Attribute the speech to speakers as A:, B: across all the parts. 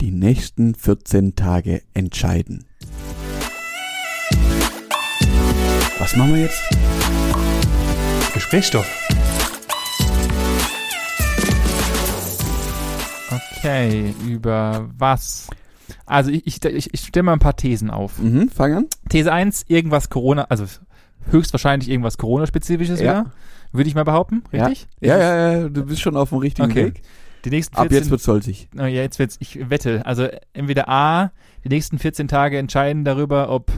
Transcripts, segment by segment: A: die nächsten 14 Tage entscheiden. Was machen wir jetzt?
B: Gesprächsstoff.
C: Okay, über was? Also ich, ich, ich, ich stelle mal ein paar Thesen auf.
A: Mhm, fang an.
C: These 1, irgendwas Corona, also höchstwahrscheinlich irgendwas Corona-spezifisches
A: Ja.
C: wieder, würde ich mal behaupten, richtig?
A: Ja, ja, ja, du bist schon auf dem richtigen
C: Okay.
A: Weg.
C: Die nächsten 14,
A: Ab jetzt wird solzig.
C: Na ja, jetzt wird's, ich wette, also entweder A, die nächsten 14 Tage entscheiden darüber, ob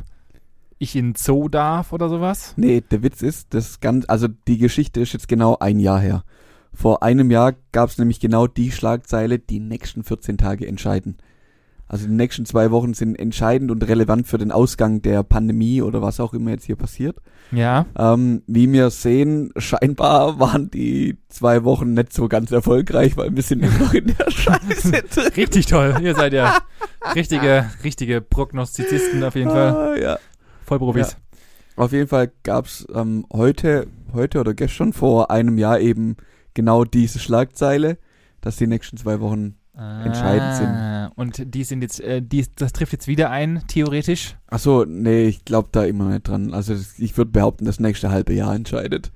C: ich in den Zoo darf oder sowas.
A: Nee, der Witz ist, das ganz, also die Geschichte ist jetzt genau ein Jahr her. Vor einem Jahr gab es nämlich genau die Schlagzeile, die nächsten 14 Tage entscheiden. Also die nächsten zwei Wochen sind entscheidend und relevant für den Ausgang der Pandemie oder was auch immer jetzt hier passiert.
C: Ja,
A: Ähm, wie wir sehen, scheinbar waren die zwei Wochen nicht so ganz erfolgreich, weil wir sind immer noch in der Scheiße drin.
C: richtig toll. Ihr seid ja richtige, richtige Prognostizisten auf jeden Fall.
A: Ah, ja.
C: Vollprofis.
A: Auf jeden Fall gab's ähm, heute, heute oder gestern vor einem Jahr eben genau diese Schlagzeile, dass die nächsten zwei Wochen. Entscheidend sind.
C: Ah, Und die sind jetzt, äh, die, das trifft jetzt wieder ein, theoretisch.
A: Ach so, nee, ich glaube da immer nicht dran. Also das- ich würde behaupten, das nächste halbe Jahr entscheidet.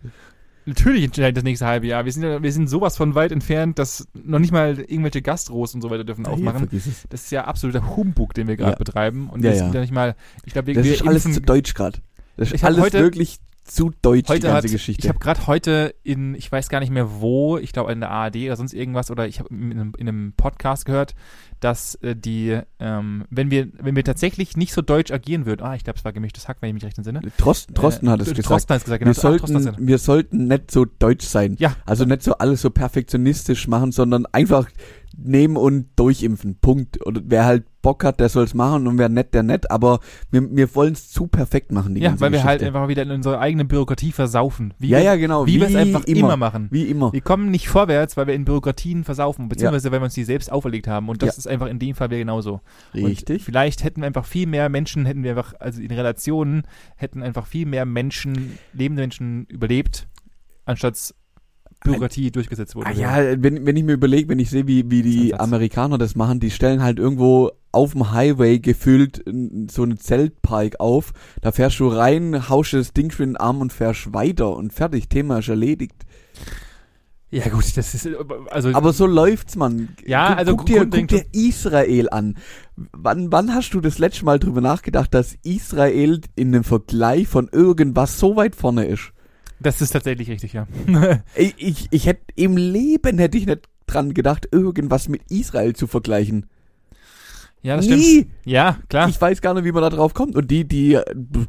C: Natürlich entscheidet das nächste halbe Jahr. Wir sind, ja- wir sind sowas von weit entfernt, dass noch nicht mal irgendwelche Gastros und so weiter dürfen
A: Ja,
C: aufmachen.
A: vergiss es.
C: Das ist ja absoluter Humbug, den wir gerade
A: Ja.
C: betreiben. Und
A: Ja,
C: wir
A: ja.
C: sind ja nicht mal, ich glaube, wir,
A: Das
C: wir
A: ist alles zu
C: impfen
A: deutsch gerade. Das
C: Ich
A: ist
C: hab
A: alles
C: heute-
A: wirklich zu deutsch, die
C: Heute
A: ganze
C: hat, ich
A: Geschichte.
C: habe gerade heute in, ich weiß gar nicht mehr wo, ich glaube in der ARD oder sonst irgendwas, oder ich habe in, einem- in einem Podcast gehört, dass äh, die, ähm, wenn wir, wenn wir tatsächlich nicht so deutsch agieren würden, ah, ich glaube, es war gemischtes Hack, wenn ich mich recht entsinne.
A: Trosten, Trosten
C: Äh,
A: hat es gesagt.
C: Trosten hat es gesagt, genau.
A: wir,
C: Ah, Trosten hat's
A: sollten, wir sollten nicht so deutsch sein.
C: Ja.
A: Also nicht so alles so perfektionistisch machen, sondern einfach nehmen und durchimpfen. Punkt. Und wer halt Bock hat, der soll's machen und wer nett, der nett. Aber wir, wir wollen es zu perfekt machen, die
C: Ja,
A: ganze
C: weil wir halt
A: Geschichte.
C: einfach wieder in unsere eigene Bürokratie versaufen. Wie
A: ja,
C: wir,
A: ja, genau.
C: Wie, wir es einfach immer, machen.
A: Wie immer. Genau.
C: Wir kommen nicht vorwärts, weil wir in Bürokratien versaufen, beziehungsweise weil wir uns die selbst auferlegt haben. Und das ist einfach in dem Fall wieder genauso. Und
A: Richtig.
C: vielleicht hätten wir einfach viel mehr Menschen, hätten wir einfach, also in Relationen, hätten einfach viel mehr Menschen, lebende Menschen überlebt, anstatt Bürokratie durchgesetzt wurde.
A: Ah, ja, wenn, wenn ich mir überlege, wenn ich sehe, wie, wie die
C: Ansatz.
A: Amerikaner das machen, die stellen halt irgendwo auf dem Highway gefühlt n- so einen Zeltpark auf, da fährst du rein, haust dir das Ding für den Arm und fährst weiter und fertig, Thema ist erledigt.
C: ja gut, das ist, also,
A: Aber so läuft's, Mann.
C: Ja,
A: Guck-
C: also
A: guck dir, guck
C: grundlegend-
A: dir Israel an. Wann, wann hast du das letzte Mal drüber nachgedacht, dass Israel in einem Vergleich von irgendwas so weit vorne ist?
C: das ist tatsächlich richtig, ja.
A: Ich, ich, ich hätte im Leben hätte ich nicht dran gedacht, irgendwas mit Israel zu vergleichen.
C: ja, das stimmt.
A: Nie.
C: Ja, klar.
A: Ich weiß gar nicht, wie man da drauf kommt. Und die, die,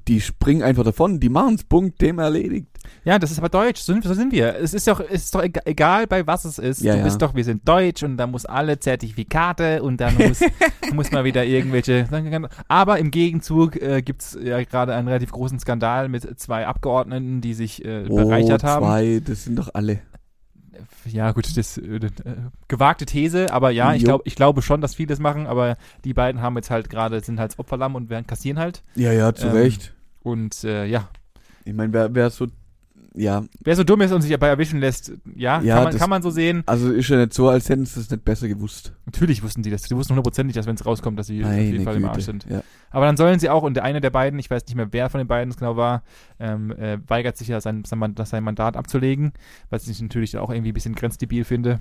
A: die springen einfach davon, die machen's, Punkt, Thema erledigt.
C: Ja, das ist aber deutsch, so sind, so sind wir. Es ist doch, es ist doch ega- egal, bei was es ist.
A: Ja,
C: du
A: ja.
C: bist doch, wir sind deutsch und da muss alle Zertifikate und dann muss, muss man wieder irgendwelche. Aber im Gegenzug äh, gibt's ja gerade einen relativ großen Skandal mit zwei Abgeordneten, die sich äh, bereichert
A: oh,
C: haben.
A: zwei, das sind doch alle.
C: Ja, gut, das äh, äh, gewagte These, aber ja, ich,
A: Jo.
C: glaub, ich glaube schon, dass viele das machen, aber die beiden haben jetzt halt gerade, sind halt Opferlamm und werden kassieren halt.
A: Ja, ja,
C: zu
A: zu
C: Recht.
A: Recht.
C: Und äh, ja.
A: Ähm, Ich meine, wer, wer so, ja,
C: Wer so dumm ist und sich dabei erwischen lässt, ja,
A: Ja,
C: kann, man,
A: das-
C: kann man so sehen.
A: also ist ja nicht so, als hätten sie es nicht besser gewusst.
C: Natürlich wussten die das. Die wussten hundertprozentig, dass wenn es rauskommt, dass sie auf jeden Fall im
A: Güte,
C: Arsch sind.
A: Ja.
C: Aber dann sollen sie auch, und der eine der beiden, ich weiß nicht mehr, wer von den beiden es genau war, ähm, äh, weigert sich ja, sein, sein, Mandat, sein Mandat abzulegen, was ich natürlich auch irgendwie ein bisschen grenzdebil finde.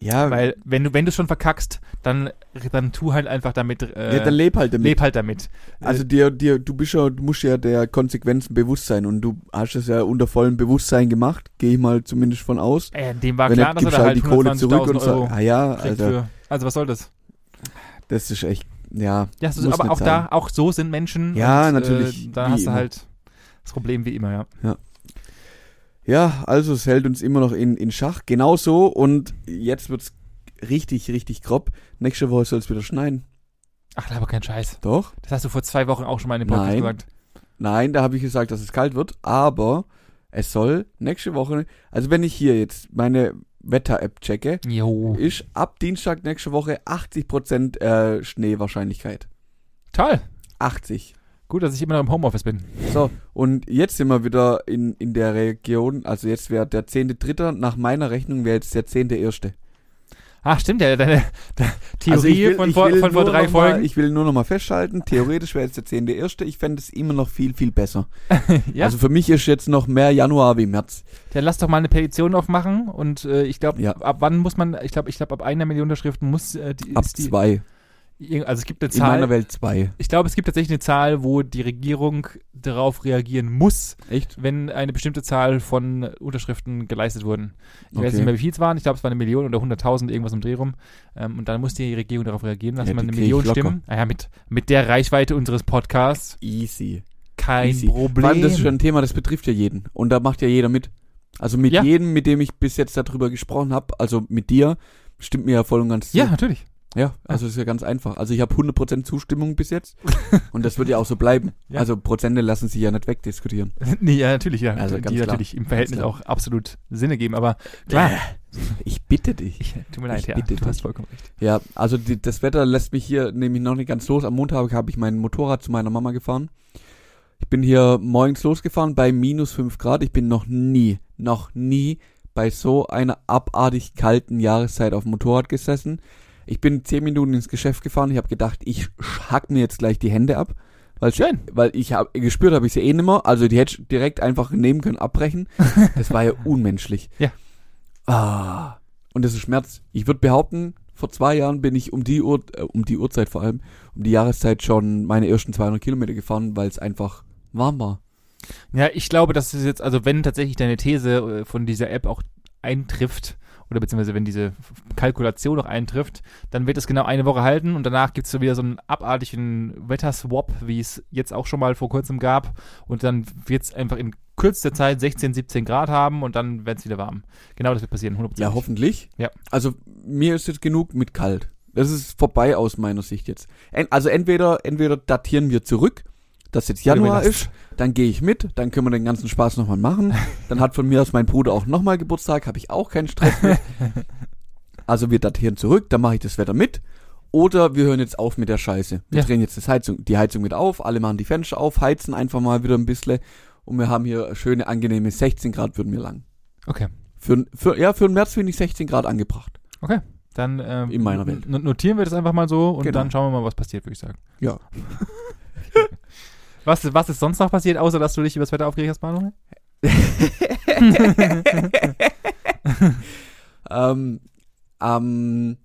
A: Ja,
C: Weil, wenn du wenn du schon verkackst, dann, dann tu halt einfach damit, äh,
A: ja, dann leb halt damit.
C: leb halt damit.
A: Also dir, dir, du bist ja, du musst ja der Konsequenzen bewusst sein und du hast es ja unter vollem Bewusstsein gemacht, gehe ich mal zumindest von aus.
C: Äh, dem war
A: Wenn
C: klar,
A: nicht,
C: dass er
A: gibst
C: da
A: halt
C: halt
A: die Kohle zurück
C: 120.000
A: und
C: Euro
A: sag, ah ja,
C: kriegt
A: Alter,
C: für. Also was soll das?
A: das ist echt, ja,
C: Ja, so,
A: Muss
C: aber
A: nicht
C: auch da,
A: sein.
C: auch so sind Menschen.
A: Ja,
C: und,
A: natürlich,
C: Äh, da
A: wie
C: hast du
A: immer.
C: halt das Problem wie immer, ja.
A: Ja, also es hält uns immer noch in, in Schach, genauso. Und jetzt wird's richtig, richtig grob. Nächste Woche soll's wieder schneien.
C: Ach, aber kein Scheiß.
A: Doch?
C: Das hast du vor zwei Wochen auch schon mal in dem Podcast
A: Nein.
C: gesagt.
A: Nein, da habe ich gesagt, dass es kalt wird, aber es soll nächste Woche, also wenn ich hier jetzt meine Wetter-App checke,
C: Jo.
A: ist ab Dienstag nächste Woche 80% äh, Schneewahrscheinlichkeit.
C: Toll.
A: 80.
C: Gut, dass ich immer noch im Homeoffice bin.
A: So, und jetzt sind wir wieder in, in der Region, also jetzt wäre der 10.3., nach meiner Rechnung wäre jetzt der 10.1.
C: Ah, stimmt ja, deine, de- Theorie
A: Also ich will-
C: von,
A: ich
C: vor,
A: will
C: von vor
A: nur
C: drei
A: noch mal-
C: Folgen.
A: Ich will nur noch mal festschalten, theoretisch wäre jetzt der 10. der erste. Ich fände es immer noch viel, viel besser.
C: ja,
A: Also für mich ist jetzt noch mehr Januar wie März.
C: dann lass doch mal eine Petition aufmachen und äh, ich glaube,
A: Ja.
C: ab wann muss man, ich glaube, ich glaube, ab einer Million Unterschriften muss äh, die,
A: Ab
C: ist die
A: zwei.
C: irg- also es gibt eine
A: In meiner
C: Zahl,
A: Welt zwei.
C: ich glaube, es gibt tatsächlich eine Zahl, wo die Regierung darauf reagieren muss,
A: Echt?
C: wenn eine bestimmte Zahl von Unterschriften geleistet wurden. Ich weiß
A: Okay.
C: nicht mehr, wie viel es waren, ich glaube, es war eine Million oder 100.000, irgendwas im Dreh rum ähm, und dann muss die Regierung darauf reagieren, dass
A: Ja,
C: man
A: die
C: eine
A: krieg ich
C: Million
A: locker.
C: Stimmen, naja, mit, mit der Reichweite unseres Podcasts,
A: Easy.
C: kein
A: Easy. Vor
C: Problem.
A: allem, das ist schon ein Thema, das betrifft ja jeden. Und da macht ja jeder mit. Also mit
C: Ja.
A: jedem, mit dem ich bis jetzt darüber gesprochen habe, also mit dir, stimmt mir ja voll und ganz zu.
C: ja, natürlich.
A: Ja, also ist ja ganz einfach. Also ich habe 100% Zustimmung bis jetzt und das wird ja auch so bleiben.
C: Ja.
A: Also Prozente lassen sich ja nicht wegdiskutieren.
C: nee, ja, natürlich, ja.
A: Also ganz
C: die
A: klar.
C: natürlich im Verhältnis
A: Ganz
C: auch absolut Sinne geben, aber klar,
A: Ich bitte dich.
C: ich, tut mir leid,
A: Ich
C: ja,
A: bitte
C: du hast
A: dich.
C: vollkommen recht.
A: Ja, also die, das Wetter lässt mich hier nämlich noch nicht ganz los. Am Montag habe ich mein Motorrad zu meiner Mama gefahren. Ich bin hier morgens losgefahren bei minus 5 Grad. Ich bin noch nie, noch nie bei so einer abartig kalten Jahreszeit auf dem Motorrad gesessen. Ich bin 10 Minuten ins Geschäft gefahren. Ich habe gedacht, ich hack mir jetzt gleich die Hände ab. Weil,
C: Schön.
A: weil ich hab, gespürt habe ich sie eh nimmer. Also die hätte ich direkt einfach nehmen können, abbrechen. Das war ja unmenschlich.
C: Ja.
A: Ah. Und das ist Schmerz. Ich würde behaupten, vor zwei Jahren bin ich um die Uhr, äh, um die Uhrzeit vor allem, um die Jahreszeit schon meine ersten 200 Kilometer gefahren, weil es einfach warm war.
C: Ja, ich glaube, dass es jetzt, also wenn tatsächlich deine These äh, von dieser App auch eintrifft, oder beziehungsweise wenn diese F- Kalkulation noch eintrifft, dann wird es genau eine Woche halten und danach gibt es so wieder so einen abartigen Wetterswap, wie es jetzt auch schon mal vor kurzem gab. Und dann wird es einfach in kürzester Zeit 16, 17 Grad haben und dann wird es wieder warm. Genau das wird passieren, 100%.
A: Ja, hoffentlich.
C: Ja.
A: Also mir ist jetzt genug mit kalt. Das ist vorbei aus meiner Sicht jetzt. En also entweder, entweder datieren wir zurück, dass jetzt
C: Oder wir
A: Januar
C: lassen
A: ist, dann gehe ich mit, dann können wir den ganzen Spaß nochmal machen. Dann hat von mir aus mein Bruder auch nochmal Geburtstag, habe ich auch keinen Stress mit. Also wir datieren zurück, dann mache ich das Wetter mit. Oder wir hören jetzt auf mit der Scheiße. Wir
C: Ja.
A: drehen jetzt das Heizung, die Heizung mit auf, alle machen die Fenster auf, heizen einfach mal wieder ein bisschen. Und wir haben hier schöne, angenehme 16 Grad würden mir lang.
C: Okay.
A: Für, für, ja, für den März finde ich 16 Grad angebracht.
C: Dann ähm,
A: In meiner Welt.
C: no- notieren wir das einfach mal so und
A: Genau.
C: dann schauen wir mal, was passiert, würde ich sagen.
A: Ja.
C: Was, was ist sonst noch passiert, außer dass du dich über das Wetter aufgeregt hast, Manuel?
A: Ähm, am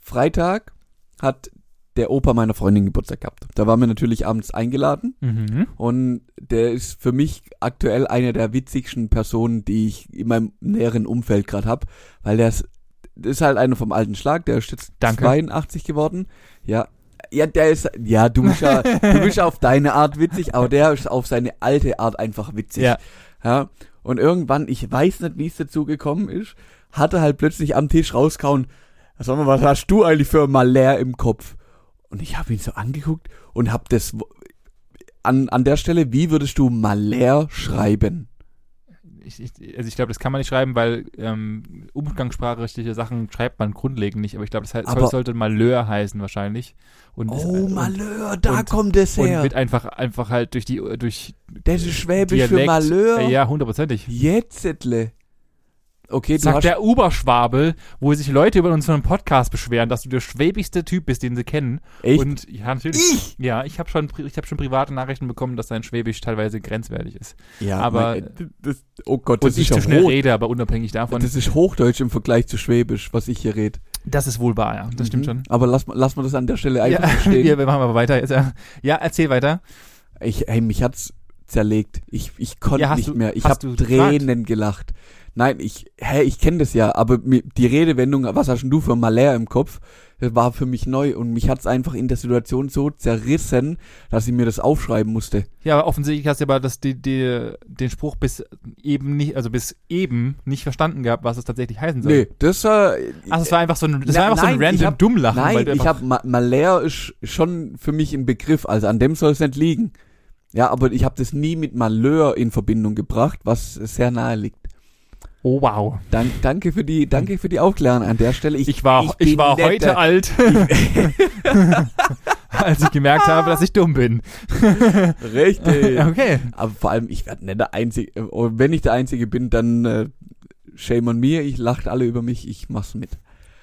A: Freitag hat der Opa meiner Freundin Geburtstag gehabt. Da waren wir natürlich abends eingeladen
C: Mhm.
A: und der ist für mich aktuell eine der witzigsten Personen, die ich in meinem näheren Umfeld gerade habe, weil der ist, das ist halt einer vom alten Schlag, der ist jetzt
C: Danke.
A: 82 geworden. Ja. Ja, der ist, ja, du bist ja, du bist ja auf deine Art witzig, aber der ist auf seine alte Art einfach witzig.
C: Ja.
A: Ja. Und irgendwann, ich weiß nicht, wie es dazu gekommen ist, hat er halt plötzlich am Tisch rauskauen, sag mal, was hast du eigentlich für ein Malär im Kopf? Und ich habe ihn so angeguckt und habe das wo- an, an der Stelle, wie würdest du Malär schreiben?
C: Ich, ich, also ich glaube, das kann man nicht schreiben, weil ähm, umgangssprachrechtliche Sachen schreibt man grundlegend nicht, aber ich glaube, das heißt,
A: Aber-
C: sollte Malheur heißen wahrscheinlich. Und ist, äh,
A: Oh,
C: und-
A: Malheur, da
C: und-
A: kommt es
C: Und wird
A: her.
C: einfach, einfach halt durch die, durch
A: Das ist Schwäbisch für
C: Dialekt,
A: Malheur.
C: äh, ja, hundertprozentig.
A: Jetzetle. Okay, du
C: Sagt
A: hast
C: der Oberschwabe, wo sich Leute über unseren Podcast beschweren, dass du der schwäbigste Typ bist, den sie kennen.
A: echt
C: Und ja, natürlich.
A: ich.
C: Ja, ich habe schon, pri- ich hab schon private Nachrichten bekommen, dass dein Schwäbisch teilweise grenzwertig ist.
A: Ja,
C: aber-
A: mein, das, oh Gott,
C: Und
A: das
C: ich
A: ist ja
C: zu schnell
A: rot.
C: rede, aber unabhängig davon. Das,
A: Das ist Hochdeutsch im Vergleich zu Schwäbisch, was ich hier rede.
C: ist wohl wahr, ja. Das stimmt schon.
A: Aber lass, mal- lass mal das an der Stelle einfach
C: Mhm. ja,
A: so stehen.
C: wir, wir machen aber weiter jetzt. Ja, ja erzähl weiter.
A: Ich, hey, mich hat's zerlegt. Ich, ich konnte
C: Ja, hast
A: nicht
C: du-
A: mehr. Ich
C: hast
A: habe
C: du
A: Tränen gelacht. Nein, ich, hä, ich kenne das ja, aber mir, die Redewendung, was hast denn du für ein Malheur im Kopf, das war für mich neu und mich hat's einfach in der Situation so zerrissen, dass ich mir das aufschreiben musste.
C: Ja, aber offensichtlich hast du aber das, die, die, den Spruch bis eben nicht, also bis eben nicht verstanden gehabt, was es tatsächlich heißen soll.
A: Nee, das war,
C: Ach, es war einfach so ein, das
A: Na-
C: war einfach so
A: nein,
C: ein
A: ich
C: random
A: hab-
C: Dummlachen. weil
A: nein,
C: du
A: ich
C: einfach-
A: habe Ma Malheur ist schon für mich ein Begriff, also an dem soll es nicht liegen. Ja, aber ich habe das nie mit Malheur in Verbindung gebracht, was sehr nahe liegt.
C: Oh wow.
A: Dank, danke für die, danke für die Aufklärung an der Stelle.
C: Ich war, ich
A: bin
C: war
A: netter.
C: heute alt, als ich gemerkt habe, dass ich dumm bin.
A: Richtig.
C: Okay.
A: Aber vor allem, ich werde nicht der Einzige. äh, Wenn ich der Einzige bin, dann äh, shame on me. Ich lacht alle über mich. Ich mach's mit.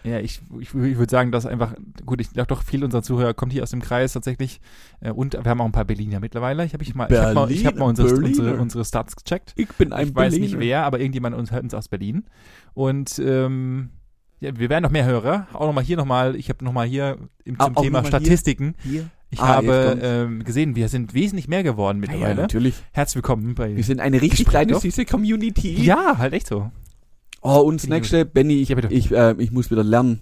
C: Ja, ich, ich, ich würde sagen, dass einfach, gut, ich glaube doch, viel unserer Zuhörer kommt hier aus dem Kreis tatsächlich. Äh, und wir haben auch ein paar Berliner mittlerweile. Ich habe ich mal, ich hab mal, ich hab mal unsere,
A: Berliner.
C: unsere, unsere Stats gecheckt.
A: Ich bin ein
C: ich weiß
A: Berliner.
C: nicht wer, aber irgendjemand uns hört uns aus Berlin. Und ähm, ja, wir werden noch mehr Hörer. Auch nochmal hier nochmal, ich habe nochmal hier im,
A: Ah,
C: zum
A: auch noch
C: Thema
A: mal hier.
C: Statistiken.
A: Hier.
C: Ich
A: Ah, jetzt
C: habe
A: kommt's.
C: ähm, gesehen, wir sind wesentlich mehr geworden
A: Ja,
C: mittlerweile.
A: natürlich.
C: Herzlich willkommen bei.
A: Wir sind eine richtig
C: Gespräch
A: kleine,
C: doch.
A: süße Community.
C: Ja, halt echt so.
A: Oh, und das nächste, Benny, ich,
C: Ja, bitte.
A: ich, äh, ich muss wieder lernen.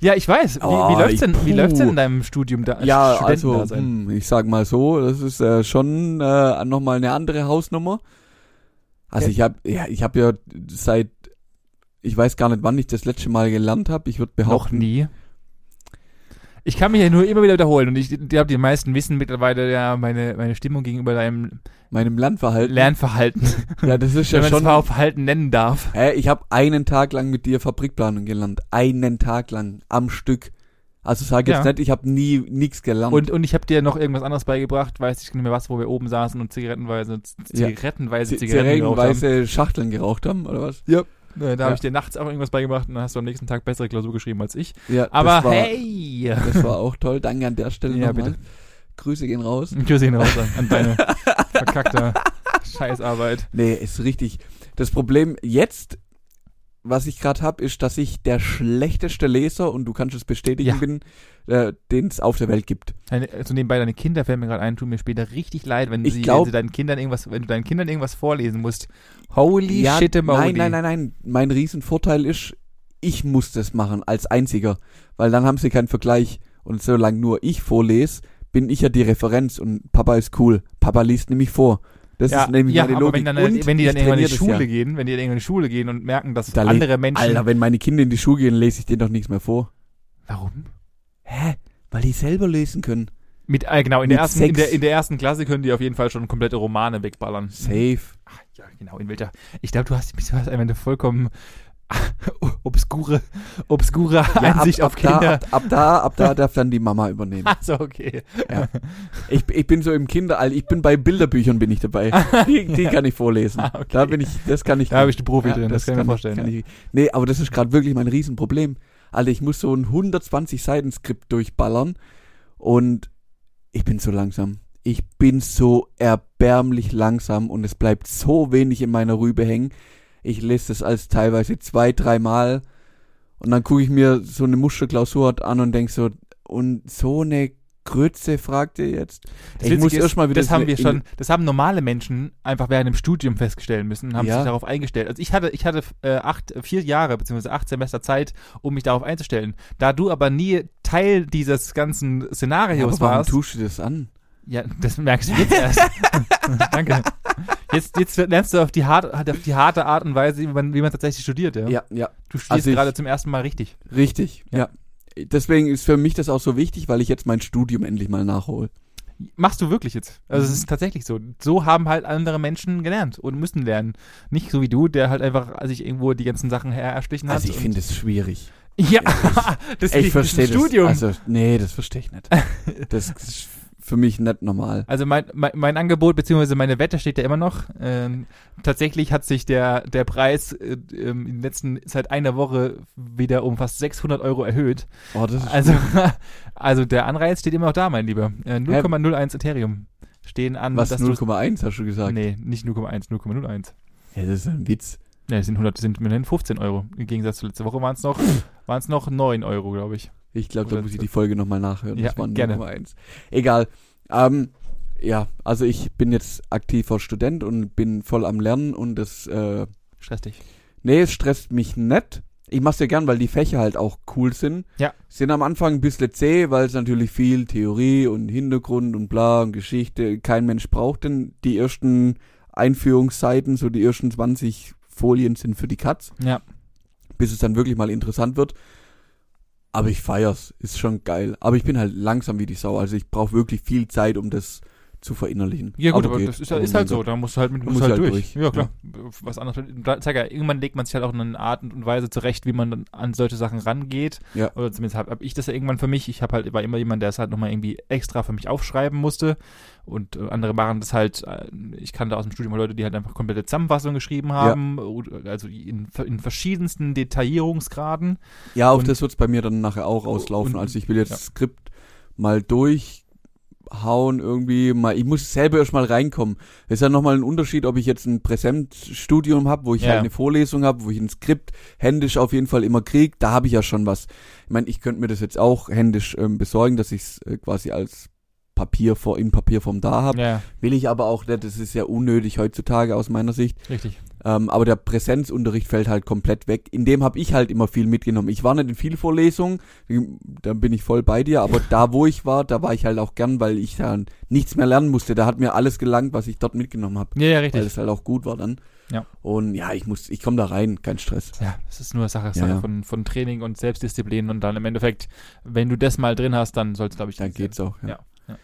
C: Ja, ich weiß. Wie,
A: Oh,
C: wie läuft's
A: ich-
C: denn, wie
A: puh.
C: läuft's denn in deinem Studium da?
A: Ja, also
C: Studentendasein?
A: hm, ich sag mal so, das ist äh, schon äh, nochmal eine andere Hausnummer. Also
C: Ja.
A: ich habe ja, ich habe ja seit, ich weiß gar nicht, wann ich das letzte Mal gelernt habe. Ich würde
C: Noch
A: behaupten,
C: nie. Ich kann mich ja nur immer wieder wiederholen und ich glaube, die meisten wissen mittlerweile ja meine, meine Stimmung gegenüber deinem
A: meinem Lernverhalten.
C: Lernverhalten,
A: ja, das Äh, ist
C: wenn
A: ja
C: man es
A: schon.
C: mal auf Verhalten nennen darf.
A: Hä, ich habe einen Tag lang mit dir Fabrikplanung gelernt. Einen Tag lang am Stück. Also sag jetzt
C: Ja.
A: nicht, ich habe nie nichts gelernt.
C: Und, und ich habe dir noch irgendwas anderes beigebracht, weiß ich nicht mehr was, wo wir oben saßen und zigarettenweise, Z-
A: Ja. Z-
C: zigarettenweise Zigaretten geraucht haben.
A: Zigarettenweise Schachteln geraucht haben, oder was?
C: Äh, Da
A: Ja.
C: habe ich dir nachts auch irgendwas beigebracht und dann hast du am nächsten Tag bessere Klausur geschrieben als ich.
A: Ja,
C: Aber
A: das war,
C: hey!
A: Das war auch toll. Danke an der Stelle
C: Ja,
A: nochmal. Grüße gehen raus.
C: Grüße gehen raus an, an deine verkackte Scheißarbeit.
A: Nee, ist richtig. Das Problem jetzt, was ich gerade habe, ist, dass ich der schlechteste Leser, und du kannst es bestätigen,
C: Ja.
A: bin, äh, den es auf der Welt gibt.
C: Deine, also nebenbei deine Kinder fällt mir gerade ein, tut mir später richtig leid, wenn,
A: Ich
C: sie,
A: glaub-
C: wenn sie deinen Kindern irgendwas, wenn du deinen Kindern irgendwas vorlesen musst. Holy
A: Ja,
C: shit,
A: nein, nein, nein, nein. Mein Riesenvorteil ist, ich muss das machen als Einziger, weil dann haben sie keinen Vergleich. Und solange nur ich vorlese, bin ich ja die Referenz und Papa ist cool. Papa liest nämlich vor. Das
C: Ja,
A: ist nämlich
C: ja
A: meine
C: aber
A: Logik.
C: wenn, dann, halt-
A: Und
C: wenn die
A: ich
C: dann irgendwann in
A: trainier
C: die
A: das
C: Schule
A: ja.
C: gehen, wenn die dann irgendwann in die Schule gehen und merken, dass
A: Da le-
C: andere Menschen.
A: Alter, wenn meine Kinder in die Schule gehen, lese ich denen doch nichts mehr vor.
C: warum?
A: Hä? Weil die selber lesen können.
C: Mit, äh, genau, in
A: Mit
C: der, ersten, in,
A: sechs.
C: der, in der ersten Klasse können die auf jeden Fall schon komplette Romane wegballern.
A: Safe.
C: Ja, genau, in welcher. Ich glaube, du hast, du hast einfach eine vollkommen obskure, obskure Einsicht
A: ab,
C: auf
A: ab Da,
C: Kinder.
A: ab, ab da, ab da darf dann die Mama übernehmen.
C: also, okay.
A: Ich, ich bin so im Kinderalter, ich bin bei Bilderbüchern bin ich dabei. Die, die kann ich vorlesen.
C: Ah, okay.
A: Da bin ich, das kann ich.
C: Da habe ich die Profi drin, das, kann ich mir vorstellen.
A: kann ich, nee, aber das ist gerade wirklich mein Riesenproblem. Alter, ich muss so ein 120 Seiten Skript durchballern und ich bin so langsam. Ich bin so erbärmlich langsam und es bleibt so wenig in meiner Rübe hängen. Ich lese das als teilweise zwei, dreimal und dann gucke ich mir so eine Muschelklausur an und denk so, und so eine Grütze fragt ihr jetzt?
C: Das
A: ich muss
C: Witzige ist,
A: erst mal wieder
C: das haben wir
A: in-
C: schon, das haben normale Menschen einfach während dem Studium feststellen müssen und haben
A: Ja.
C: sich darauf eingestellt. Also ich hatte, ich hatte äh, acht, vier Jahre beziehungsweise acht Semester Zeit, um mich darauf einzustellen. Da du aber nie Teil dieses ganzen
A: Ja,
C: Szenarios
A: aber warum
C: warst,
A: tust du das an?
C: ja, das merkst du jetzt erst. Danke. Jetzt, jetzt lernst du auf die harte, auf die harte Art und Weise, wie man, wie man tatsächlich studiert. Ja?
A: Ja, ja,
C: Du studierst
A: Also ich-
C: gerade zum ersten Mal richtig.
A: Richtig,
C: Ja.
A: ja. Deswegen ist für mich das auch so wichtig, weil ich jetzt mein Studium endlich mal nachhole.
C: Machst du wirklich jetzt. Also
A: Mhm.
C: es ist tatsächlich so. So haben halt andere Menschen gelernt und müssen lernen. Nicht so wie du, der halt einfach sich irgendwo die ganzen Sachen her erschlichen hat.
A: Also ich
C: und-
A: finde es schwierig.
C: Ja,
A: Ich
C: das liegt- das ist ein
A: verstehe das.
C: Studium. Also,
A: Also, nee, das verstehe ich nicht. Das ist für mich nicht normal.
C: Also mein, mein, mein Angebot bzw. meine Wette steht ja immer noch. Ähm, tatsächlich hat sich der, der Preis äh, ähm, in den letzten, seit einer Woche wieder um fast 600 Euro erhöht.
A: Oh, das ist
C: Also, also der Anreiz steht immer noch da, mein Lieber. Äh, 0,01 Ethereum stehen an.
A: was
C: dass du-
A: 0,1 hast du gesagt?
C: Nee, nicht 0,1, 0,01.
A: Ja, das ist ein Witz.
C: Ja, das sind 100, das sind immerhin 15 Euro. Im Gegensatz zu letzter Woche waren es noch, waren's noch 9 Euro, glaube ich.
A: Ich glaube, da
C: Oder
A: muss ich
C: so.
A: die Folge nochmal nachhören.
C: Ja,
A: das waren
C: gerne.
A: 0,1. Egal. Ähm, ja, also ich bin jetzt aktiver Student und bin voll am Lernen und das äh,
C: Stress dich.
A: Nee, es stresst mich nicht. Ich mach's ja gern, weil die Fächer halt auch cool sind.
C: Ja.
A: Sind am Anfang ein bisschen zäh, weil es natürlich viel Theorie und Hintergrund und bla und Geschichte. Kein Mensch braucht denn die ersten Einführungsseiten, so die ersten 20 Folien sind für die Katz,
C: Ja.
A: bis es dann wirklich mal interessant wird. Aber ich feier's, ist schon geil. Aber ich bin halt langsam wie die Sau. Also ich brauche wirklich viel Zeit, um das zu verinnerlichen.
C: Ja, gut, aber,
A: geht.
C: das ist, ja- ist halt
A: mein
C: so.
A: Gott.
C: Da musst du halt mit
A: Da
C: musst
A: muss
C: halt
A: ich halt
C: durch.
A: durch.
C: Ja, klar. Was anderes. da- Sag ja, irgendwann legt man sich halt auch eine Art und Weise zurecht, wie man dann an solche Sachen rangeht.
A: Ja.
C: Oder zumindest habe hab ich das ja irgendwann für mich. Ich habe halt war immer jemand, der es halt nochmal irgendwie extra für mich aufschreiben musste. Und äh, andere machen das halt, äh, ich kannte aus dem Studium Leute, die halt einfach komplette Zusammenfassungen geschrieben haben, oder- also in, in verschiedensten Detaillierungsgraden.
A: Ja, auf
C: Und-
A: das wird's bei mir dann nachher auch auslaufen.
C: Und-
A: also ich will jetzt
C: ja.
A: das Skript mal durchhauen irgendwie. Mal, ich muss selber erstmal reinkommen. Ist ja nochmal ein Unterschied, ob ich jetzt ein Präsenzstudium habe, wo ich
C: Ja.
A: halt eine Vorlesung habe, wo ich ein Skript händisch auf jeden Fall immer krieg. Da habe ich ja schon was. Ich meine, ich könnte mir das jetzt auch händisch ähm, besorgen, dass ich's äh, quasi als Papier vor, in Papierform da habe.
C: Ja,
A: Will ich aber auch nicht. Das ist ja unnötig heutzutage aus meiner Sicht.
C: richtig.
A: Ähm, aber der Präsenzunterricht fällt halt komplett weg. In dem habe ich halt immer viel mitgenommen. Ich war nicht in vielen Vorlesungen, da bin ich voll bei dir, aber da, wo ich war, da war ich halt auch gern, weil ich da nichts mehr lernen musste. Da hat mir alles gelangt, was ich dort mitgenommen habe.
C: Ja, ja, richtig.
A: Weil es halt auch gut war dann.
C: Ja.
A: Und ja, ich muss, ich komme da rein, kein Stress.
C: Ja, es ist nur Sache,
A: Ja,
C: Sache
A: ja.
C: Von, von Training und Selbstdisziplin und dann im Endeffekt, wenn du das mal drin hast, dann soll es, glaube ich,
A: Dann geht's auch. Ja,
C: Ja,
A: ja.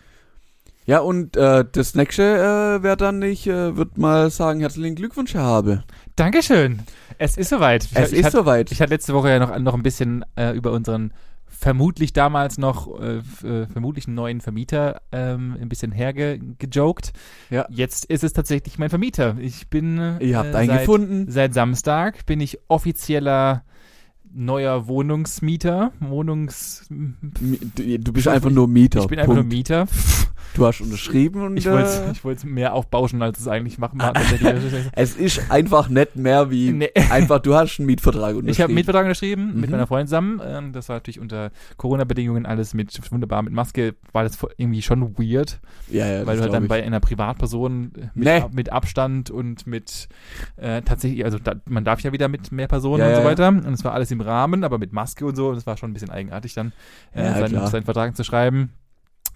C: ja.
A: und äh, das nächste äh, wäre dann, ich äh, würde mal sagen, herzlichen Glückwunsch, Herr Habe.
C: Dankeschön. Es ist soweit. Ich,
A: Es
C: ich,
A: ist
C: hatte,
A: soweit.
C: ich hatte letzte Woche ja noch, noch ein bisschen äh, über unseren vermutlich damals noch äh, f- äh, vermutlich neuen Vermieter ähm, ein bisschen hergejoked.
A: Ja.
C: Jetzt ist es tatsächlich mein Vermieter. Ich bin äh,
A: Ihr habt einen
C: seit,
A: gefunden.
C: seit Samstag bin ich offizieller neuer Wohnungsmieter, Wohnungs
A: Mi- Du du bist einfach nur Mieter.
C: ich bin einfach nur
A: Punkt.
C: Mieter.
A: Du hast unterschrieben und
C: Ich
A: äh,
C: wollte es ich wollt's mehr aufbauschen, als es eigentlich machen Also, war. tatsächlich.
A: Es ist einfach nicht mehr wie
C: Nee.
A: einfach, du hast einen Mietvertrag unterschrieben.
C: Ich habe einen Mietvertrag unterschrieben mit
A: Mhm.
C: meiner Freundin zusammen. Ähm, Das war natürlich unter Corona-Bedingungen alles mit wunderbar mit Maske war das vo- irgendwie schon weird,
A: ja, ja,
C: weil
A: das
C: du halt
A: glaub
C: dann
A: ich.
C: bei einer Privatperson äh, mit,
A: Nee.
C: Ab- mit Abstand und mit äh, tatsächlich, also da, man darf ja wieder mit mehr Personen
A: Ja,
C: und so
A: ja, ja.
C: weiter. Und es war alles im Rahmen, aber mit Maske und so. Und es war schon ein bisschen eigenartig dann, äh,
A: Ja,
C: seinen,
A: klar.
C: seinen Vertrag zu schreiben.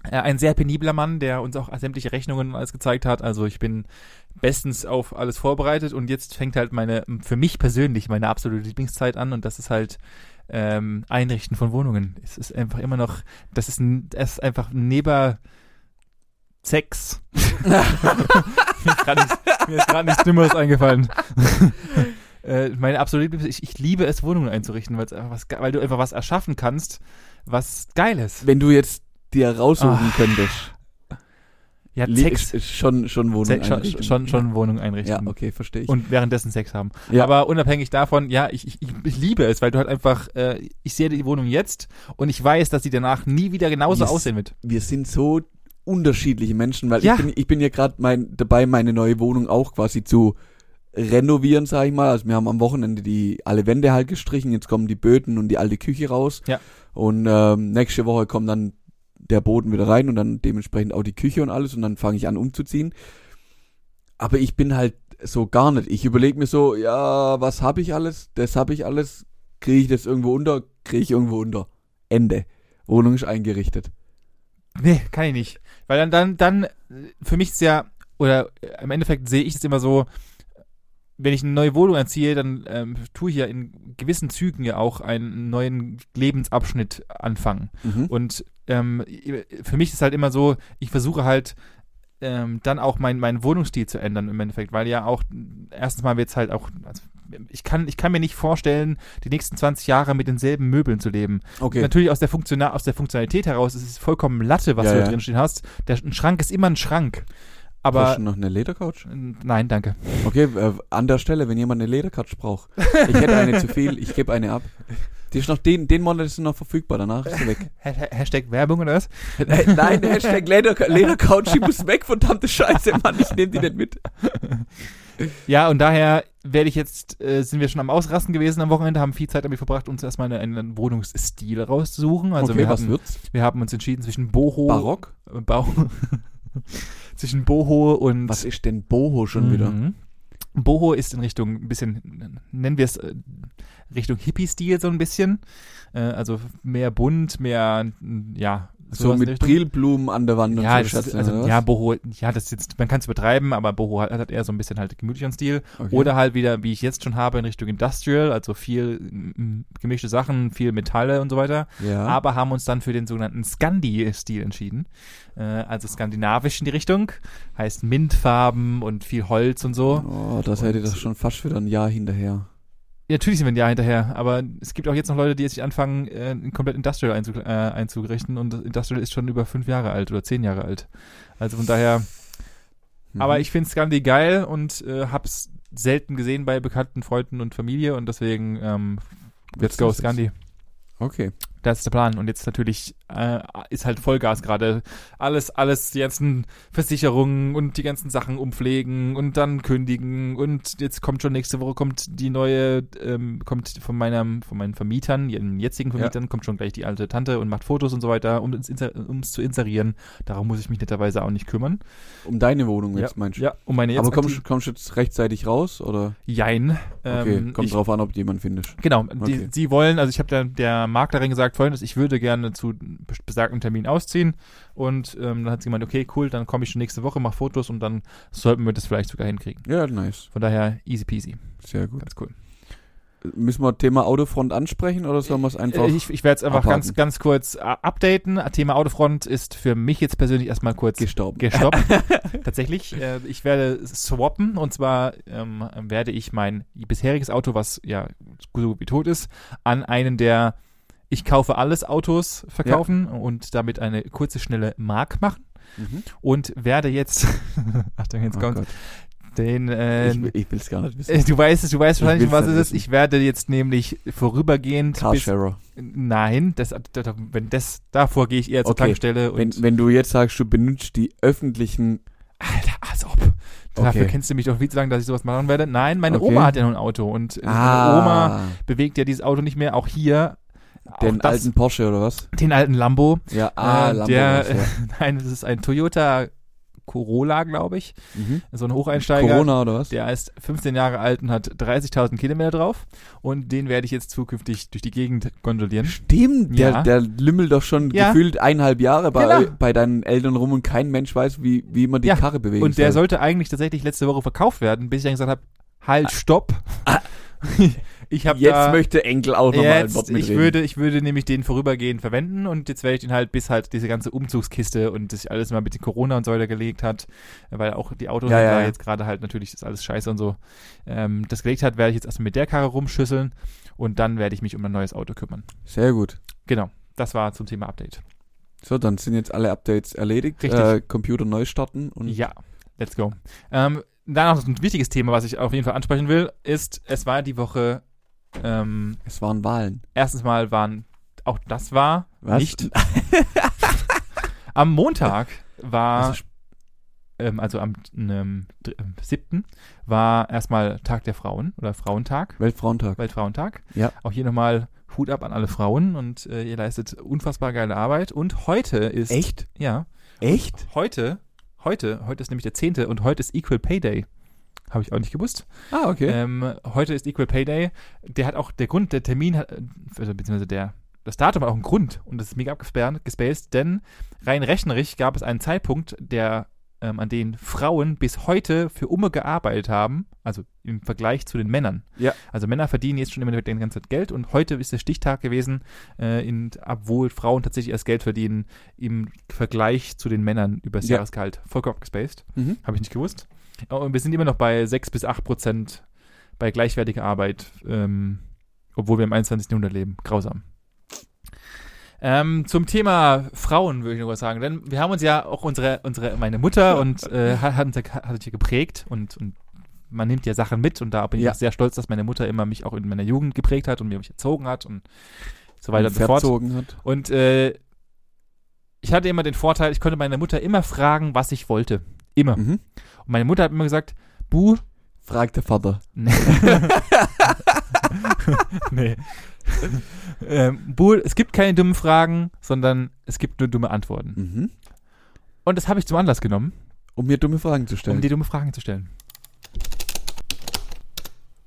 C: Äh, Ein sehr penibler Mann, der uns auch sämtliche Rechnungen und alles gezeigt hat. Also ich bin bestens auf alles vorbereitet und jetzt fängt halt meine, für mich persönlich, meine absolute Lieblingszeit an und das ist halt ähm, Einrichten von Wohnungen. Es ist einfach immer noch, das ist, ein- das ist einfach neben Sex. mir ist gerade nichts, mir ist grad nichts Dümmeres eingefallen. äh, meine absolute Lieblings, ich, ich liebe es, Wohnungen einzurichten, weil's einfach was, ge- weil du einfach was erschaffen kannst, was Geiles.
A: Wenn du jetzt dir raussuchen könntest,
C: Ah. Ja,
A: li-
C: Sex.
A: Ist, ist schon, schon Wohnung
C: Se schon,
A: einrichten.
C: schon, schon Wohnung einrichten.
A: Ja, okay, verstehe ich.
C: Und währenddessen Sex haben.
A: Ja.
C: Aber unabhängig davon, ja, ich, ich, ich- ich liebe es, weil du halt einfach, äh, ich sehe die Wohnung jetzt und ich weiß, dass sie danach nie wieder genauso
A: Yes.
C: aussehen wird.
A: Wir sind so unterschiedliche Menschen, weil
C: Ja.
A: ich bin, ich bin ja gerade mein, dabei, meine neue Wohnung auch quasi zu renovieren, sag ich mal. Also wir haben am Wochenende die alle Wände halt gestrichen, jetzt kommen die Böden und die alte Küche raus.
C: Ja.
A: Und ähm, nächste Woche kommt dann der Boden wieder rein und dann dementsprechend auch die Küche und alles und dann fange ich an umzuziehen. Aber ich bin halt so gar nicht. Ich überlege mir so, ja, was habe ich alles? Das habe ich alles. Kriege ich das irgendwo unter? Kriege ich irgendwo unter. Ende. Wohnung ist eingerichtet.
C: Nee, kann ich nicht. Weil dann, dann, dann, äh, für mich ist ja, oder äh, im Endeffekt sehe ich es immer so, wenn ich eine neue Wohnung erziehe, dann ähm, tue ich ja in gewissen Zügen ja auch einen neuen Lebensabschnitt anfangen.
A: Mhm.
C: Und ähm, für mich ist halt immer so, ich versuche halt ähm, dann auch mein- meinen Wohnungsstil zu ändern im Endeffekt, weil ja auch, erstens mal wird es halt auch, also ich kann, ich kann mir nicht vorstellen, die nächsten 20 Jahre mit denselben Möbeln zu leben.
A: Okay.
C: Natürlich aus der, Funktiona aus der Funktionalität heraus ist es vollkommen Latte, was
A: Ja,
C: du da
A: ja.
C: drin stehen hast. Der, ein Schrank ist immer ein Schrank. Aber
A: Brauchst du noch eine Ledercouch?
C: nein, danke.
A: Okay, äh, an der Stelle, wenn jemand eine Ledercouch braucht. Ich hätte eine zu viel, ich gebe eine ab. Die ist noch den, den Monat ist sie noch verfügbar, danach ist sie weg.
C: Has- Hashtag Werbung oder was?
A: Nein, Hashtag Leder, Ledercouch, die muss weg, verdammte Scheiße, Mann, ich nehme die nicht mit.
C: Ja, und daher werde ich jetzt, äh, sind wir schon am Ausrasten gewesen am Wochenende, haben viel Zeit damit verbracht, uns erstmal einen, einen Wohnungsstil rauszusuchen. Also
A: okay,
C: wir,
A: was
C: hatten,
A: wird's?
C: wir haben uns entschieden zwischen Boho
A: Barock?
C: äh, Bau, zwischen Boho und
A: Was ist denn Boho schon wieder?
C: Mhm. Boho ist in Richtung ein bisschen, nennen wir es äh, Richtung Hippie-Stil so ein bisschen. Äh, also mehr bunt, mehr, mm, ja,
A: So
C: sowas in
A: mit
C: Richtung.
A: Brillblumen an der Wand
C: Ja,
A: und
C: das
A: so.
C: ist,
A: Schätze,
C: also,
A: oder
C: ja,
A: was?
C: Boho, ja, das ist jetzt, man kann es übertreiben, aber Boho hat, hat eher so ein bisschen halt gemütlichen Stil.
A: Okay.
C: Oder halt wieder, wie ich jetzt schon habe, in Richtung Industrial, also viel mm, gemischte Sachen, viel Metalle und so weiter.
A: ja.
C: Aber haben uns dann für den sogenannten Scandi-Stil entschieden. Äh, also skandinavisch in die Richtung. Heißt Mintfarben und viel Holz und so.
A: Oh, das hätte das schon fast wieder ein Jahr hinterher.
C: Ja, natürlich sind wir ein Jahr hinterher, aber es gibt auch jetzt noch Leute, die jetzt nicht anfangen, äh, komplett Industrial einzu, äh, einzurichten und Industrial ist schon über fünf Jahre alt oder zehn Jahre alt. Also von daher,
A: Mhm.
C: aber ich finde Scandi geil und äh, hab's selten gesehen bei bekannten Freunden und Familie und deswegen ähm, let's go Scandi.
A: Okay.
C: Das ist der Plan. Und jetzt natürlich äh, ist halt Vollgas gerade. Alles, alles, die ganzen Versicherungen und die ganzen Sachen umpflegen und dann kündigen. Und jetzt kommt schon nächste Woche kommt die neue, ähm, kommt von meinem, von meinen Vermietern, ihren jetzigen Vermietern, kommt schon gleich die alte Tante und macht Fotos und so weiter, um es um's zu inserieren. Darum muss ich mich netterweise auch nicht kümmern.
A: Um deine Wohnung jetzt, meinst du?
C: Ja, um meine jetzt
A: aber kommst,
C: aktiv-
A: du- kommst du jetzt rechtzeitig raus oder?
C: Jein.
A: Okay,
C: Ähm,
A: kommt
C: ich,
A: drauf an, ob du jemanden findest.
C: Genau,
A: Okay.
C: die, sie wollen, also ich habe der, der Maklerin gesagt, Freundes, ich würde gerne zu bes- besagtem Termin ausziehen. Und ähm, dann hat sie gemeint, okay, cool, dann komme ich schon nächste Woche, mach Fotos und dann sollten wir das vielleicht sogar hinkriegen.
A: Ja, nice.
C: Von daher easy peasy.
A: Sehr gut.
C: Ganz cool.
A: Müssen wir Thema Autofront ansprechen oder sollen wir es einfach.
C: Äh, Ich, ich werde es einfach
A: abhaken.
C: ganz, ganz kurz äh, updaten. Thema Autofront ist für mich jetzt persönlich erstmal kurz
A: gestaubt.
C: gestoppt. Tatsächlich. Äh, ich werde swappen und zwar ähm, werde ich mein bisheriges Auto, was ja so wie tot ist, an einen der ich kaufe alles Autos verkaufen und damit eine kurze, schnelle Mark machen
A: Mhm.
C: und werde jetzt, Achtung, jetzt
A: Oh
C: kommt
A: Gott.
C: den, äh,
A: ich will- ich will es gar nicht wissen.
C: äh, du weißt es, du weißt
A: Ich
C: wahrscheinlich,
A: will's
C: was
A: nicht
C: es ist.
A: wissen.
C: Ich werde jetzt nämlich vorübergehend bis,
A: Carsharer.
C: nein, das, wenn das, davor gehe ich eher zur
A: Okay.
C: Tankstelle und
A: Wenn, wenn du jetzt sagst, du benutzt die öffentlichen.
C: Alter, als ob. Dafür
A: Okay.
C: kennst du mich doch viel zu lange, dass ich sowas machen werde. Nein, meine
A: Okay. Ah.
C: Oma hat ja noch ein Auto und äh, meine Oma bewegt ja dieses Auto nicht mehr. Auch hier auch
A: den
C: das-
A: alten Porsche oder was?
C: den alten Lambo.
A: Ja,
C: äh,
A: Lambo
C: der,
A: war's, ja.
C: nein, das ist ein Toyota Corolla, glaube ich.
A: Mhm.
C: So ein Hocheinsteiger.
A: Corona oder was?
C: Der ist 15 Jahre alt und hat 30.000 Kilometer drauf. Und den werde ich jetzt zukünftig durch die Gegend gondolieren.
A: Stimmt, der,
C: Ja.
A: der lümmelt doch schon
C: Ja.
A: gefühlt eineinhalb Jahre bei,
C: Genau.
A: bei deinen Eltern rum und kein Mensch weiß, wie, wie man die
C: Ja,
A: Karre bewegt.
C: Und der sollte eigentlich tatsächlich letzte Woche verkauft werden, bis ich dann gesagt habe, halt, stopp. Ich habe
A: Ah. Jetzt
C: da,
A: möchte Enkel auch nochmal ein Wort
C: Jetzt, ich,
A: mitreden.
C: würde, ich würde nämlich den vorübergehend verwenden und jetzt werde ich den halt, bis halt diese ganze Umzugskiste und sich alles mal mit den Corona und so weiter gelegt hat, weil auch die Autos
A: Ja, ja,
C: da
A: ja.
C: jetzt gerade halt natürlich ist alles scheiße und so, ähm, das gelegt hat, werde ich jetzt erstmal mit der Karre rumschüsseln und dann werde ich mich um ein neues Auto kümmern.
A: Sehr gut.
C: Genau, das war zum Thema Update.
A: So, dann sind jetzt alle Updates erledigt.
C: Richtig.
A: Äh, Computer neu starten und
C: Ja, let's go. Ähm, dann noch ein wichtiges Thema, was ich auf jeden Fall ansprechen will, ist, es war die Woche, ähm,
A: es waren Wahlen.
C: erstens mal waren, auch das war
A: Was?
C: nicht Am Montag war,
A: Also,
C: ähm, also am ähm, dr- ähm, 7. war erstmal Tag der Frauen oder Frauentag,
A: Weltfrauentag.
C: Weltfrauentag.
A: Ja.
C: Auch hier nochmal Hut ab an alle Frauen und äh, ihr leistet unfassbar geile Arbeit. Und heute ist.
A: Echt?
C: Ja.
A: Echt?
C: Heute, heute, heute ist nämlich der 10. und heute ist Equal Pay Day. Habe ich auch nicht gewusst.
A: Ah, okay.
C: Ähm, heute ist Equal Pay Day. Der hat auch, der Grund, der Termin hat, also beziehungsweise der, das Datum hat auch einen Grund und das ist mega abgespaced, denn rein rechnerisch gab es einen Zeitpunkt, der, ähm, an dem Frauen bis heute für Umme gearbeitet haben, also im Vergleich zu den Männern.
A: Ja.
C: Also Männer verdienen jetzt schon immer die ganze Zeit Geld und heute ist der Stichtag gewesen, äh, in, obwohl Frauen tatsächlich erst Geld verdienen im Vergleich zu den Männern über das
A: Ja.
C: Jahresgehalt. Vollkommen abgespaced.
A: Mhm.
C: Habe ich nicht gewusst. Oh, Und wir sind immer noch bei 6 bis 8 Prozent bei gleichwertiger Arbeit, ähm, obwohl wir im 21. Jahrhundert leben. Grausam. Ähm, zum Thema Frauen würde ich noch was sagen, denn wir haben uns ja auch unsere, unsere meine Mutter und äh, hat, hat, uns ja- hat uns ja geprägt und, und man nimmt ja Sachen mit und da bin ich
A: Ja.
C: auch sehr stolz, dass meine Mutter immer mich auch in meiner Jugend geprägt hat und mir mich erzogen hat und so weiter und so fort.
A: verzogen hat.
C: Und äh, ich hatte immer den Vorteil, ich konnte meine Mutter immer fragen, was ich wollte. Immer. Und
A: Mhm.
C: meine Mutter hat immer gesagt, Bu.
A: Fragt der Vater.
C: Nee. nee. ähm, Bu, es gibt keine dummen Fragen, sondern es gibt nur dumme Antworten.
A: Mhm.
C: Und das habe ich zum Anlass genommen,
A: Um mir dumme Fragen zu stellen.
C: um dir dumme Fragen zu stellen.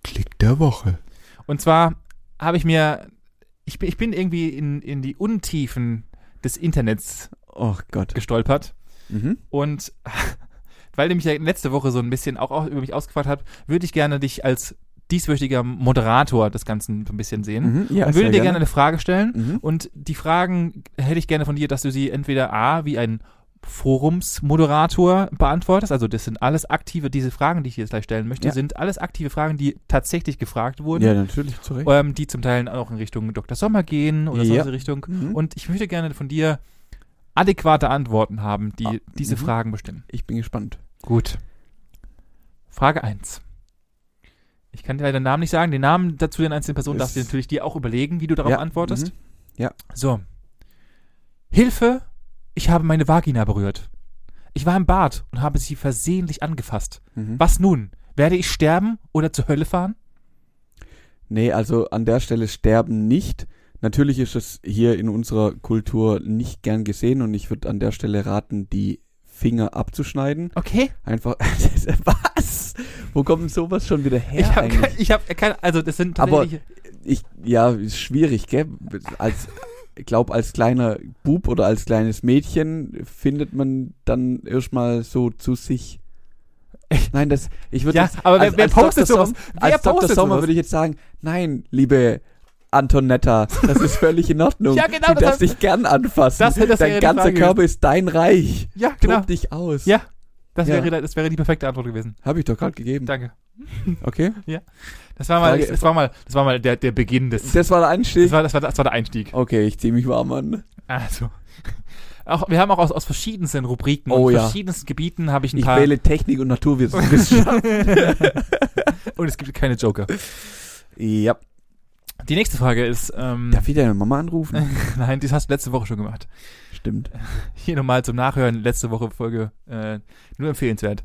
A: Klick der Woche.
C: Und zwar habe ich mir, ich bin, ich bin irgendwie in, in die Untiefen des Internets
A: Oh Gott.
C: gestolpert.
A: Mhm.
C: Und weil du mich ja letzte Woche so ein bisschen auch, auch über mich ausgefragt hast, würde ich gerne dich als dieswöchiger Moderator des Ganzen so ein bisschen sehen.
A: Mhm. Ja,
C: Ich würde
A: sehr
C: dir gerne eine Frage stellen.
A: Mhm.
C: Und die Fragen hätte ich gerne von dir, dass du sie entweder A, wie ein Forumsmoderator beantwortest. Also das sind alles aktive, diese Fragen, die ich dir jetzt gleich stellen möchte,
A: Ja.
C: sind alles aktive Fragen, die tatsächlich gefragt wurden,
A: Ja, natürlich, zu Recht.
C: ähm, die zum Teil auch in Richtung Dr. Sommer gehen oder
A: Ja.
C: so Richtung.
A: Mhm.
C: Und ich möchte gerne von dir adäquate Antworten haben, die
A: Ah,
C: diese
A: mhm.
C: Fragen bestimmen.
A: ich bin gespannt.
C: Gut. Frage 1. Ich kann dir leider den Namen nicht sagen. Den Namen dazu den einzelnen Personen darfst du
A: Ist-
C: natürlich dir auch überlegen, wie du darauf
A: Ja,
C: antwortest.
A: mhm.
C: So. Hilfe, ich habe meine Vagina berührt. Ich war im Bad und habe sie versehentlich angefasst.
A: Mhm.
C: Was nun? Werde ich sterben oder zur Hölle fahren?
A: Nee, also an der Stelle sterben nicht. Natürlich ist es hier in unserer Kultur nicht gern gesehen und ich würde an der Stelle raten, die Finger abzuschneiden.
C: Okay.
A: Einfach. Was? Wo kommt denn sowas schon wieder her?
C: ich habe
A: eigentlich?
C: kein, ich hab kein, also das sind
A: Aber-
C: tatsächlich,
A: ich, ja, ist schwierig, gell? Als, ich glaube, als kleiner Bub oder als kleines Mädchen findet man dann erstmal so zu sich. Nein, das, ich würde
C: ja,
A: jetzt,
C: aber wer,
A: als-
C: wer
A: als
C: postet
A: Dr.
C: sowas?
A: Sommer-
C: Wer
A: als Dr.
C: postet
A: Sommer
C: sowas?
A: würde ich jetzt sagen, nein, liebe Antonetta, das ist völlig in Ordnung.
C: Ja, genau,
A: du
C: das
A: darfst
C: hab-
A: dich gern anfassen.
C: das- das wäre
A: Dein
C: die
A: ganzer
C: Frage
A: Körper ist dein Reich.
C: Ja,
A: Genau.
C: genau.
A: Tob dich aus.
C: Ja. Das,
A: Ja. Hm.
C: Wäre, das wäre die perfekte Antwort gewesen.
A: Habe ich doch gerade gegeben.
C: Danke.
A: Okay.
C: Das war mal,
A: Frage-
C: das war mal, das war mal der, der Beginn des,
A: Das war der
C: das
A: Einstieg.
C: war, das, war, das war der Einstieg.
A: Okay, ich ziehe mich warm an.
C: Also. Auch, wir haben auch aus, aus verschiedensten Rubriken
A: Oh
C: und
A: ja.
C: verschiedensten Gebieten habe ich ein
A: Ich
C: paar.
A: wähle Technik und Naturwissenschaft.
C: und es gibt keine Joker.
A: ja.
C: Die nächste Frage ist, ähm,
A: Darf ich deine Mama anrufen?
C: nein, das hast du letzte Woche schon gemacht.
A: Stimmt.
C: Hier nochmal zum Nachhören, letzte Woche Folge, äh, nur empfehlenswert.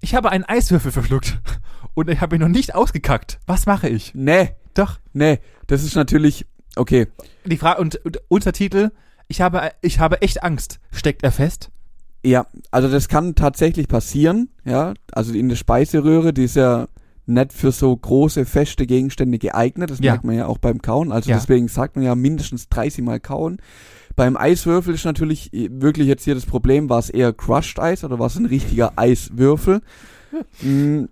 C: Ich habe einen Eiswürfel verschluckt und ich habe ihn noch nicht ausgekackt. Was mache ich?
A: Nee,
C: Doch.
A: nee, das ist natürlich, okay,
C: Die Frage und, und Untertitel: Ich habe, ich habe echt Angst. Steckt er fest?
A: ja, also das kann tatsächlich passieren, ja, also in der Speiseröhre, die ist ja nicht für so große, feste Gegenstände geeignet, das
C: Ja.
A: merkt man ja auch beim Kauen, also
C: Ja.
A: deswegen sagt man ja mindestens 30 Mal kauen. Beim Eiswürfel ist natürlich wirklich jetzt hier das Problem, war es eher Crushed Eis oder war es ein richtiger Eiswürfel? Hm,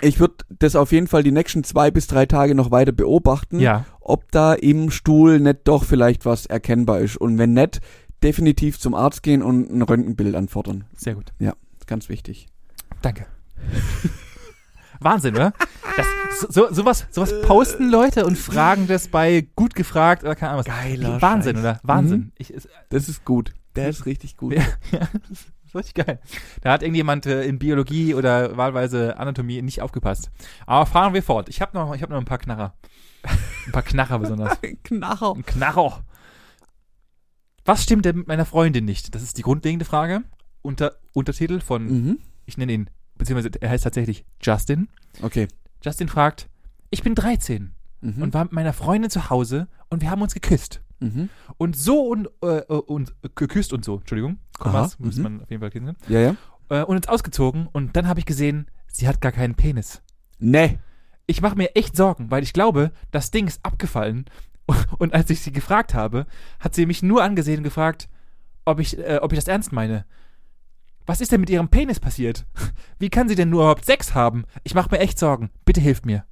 A: Ich würde das auf jeden Fall die nächsten zwei bis drei Tage noch weiter beobachten.
C: Ja.
A: ob da im Stuhl nicht doch vielleicht was erkennbar ist. Und wenn nicht, definitiv zum Arzt gehen und ein Röntgenbild anfordern.
C: Sehr gut.
A: Ganz wichtig.
C: Danke. Wahnsinn, oder? Das, so, so, sowas, sowas posten Leute und fragen das bei gut gefragt oder keine Ahnung was.
A: Geiler
C: Wahnsinn, oder? Wahnsinn.
A: Mhm.
C: Ich, ist,
A: Das ist gut. Der ist richtig gut.
C: Ja, ja, das ist richtig geil. Da hat irgendjemand äh, in Biologie oder wahlweise Anatomie nicht aufgepasst. Aber fahren wir fort. Ich habe noch, ich hab noch ein paar Knarrer. Ein paar Knarrer besonders.
A: Knacher.
C: Ein Knarrer. Was stimmt denn mit meiner Freundin nicht? Das ist die grundlegende Frage. Unter, Untertitel von,
A: Mhm.
C: ich nenne ihn, beziehungsweise er heißt tatsächlich Justin.
A: Okay.
C: Justin fragt, ich bin 13
A: Mhm.
C: und war mit meiner Freundin zu Hause und wir haben uns geküsst.
A: mhm.
C: Und so und, äh, und geküsst und so, Entschuldigung. Kommas,
A: Aha,
C: muss
A: mhm.
C: man auf jeden Fall kissen.
A: Ja, ja.
C: Äh, und uns ausgezogen und dann habe ich gesehen, sie hat gar keinen Penis.
A: Nee.
C: Ich mache mir echt Sorgen, weil ich glaube, das Ding ist abgefallen. Und als ich sie gefragt habe, hat sie mich nur angesehen und gefragt, ob ich, äh, ob ich das ernst meine. Was ist denn mit ihrem Penis passiert? Wie kann sie denn nur überhaupt Sex haben? Ich mache mir echt Sorgen. Bitte hilft mir.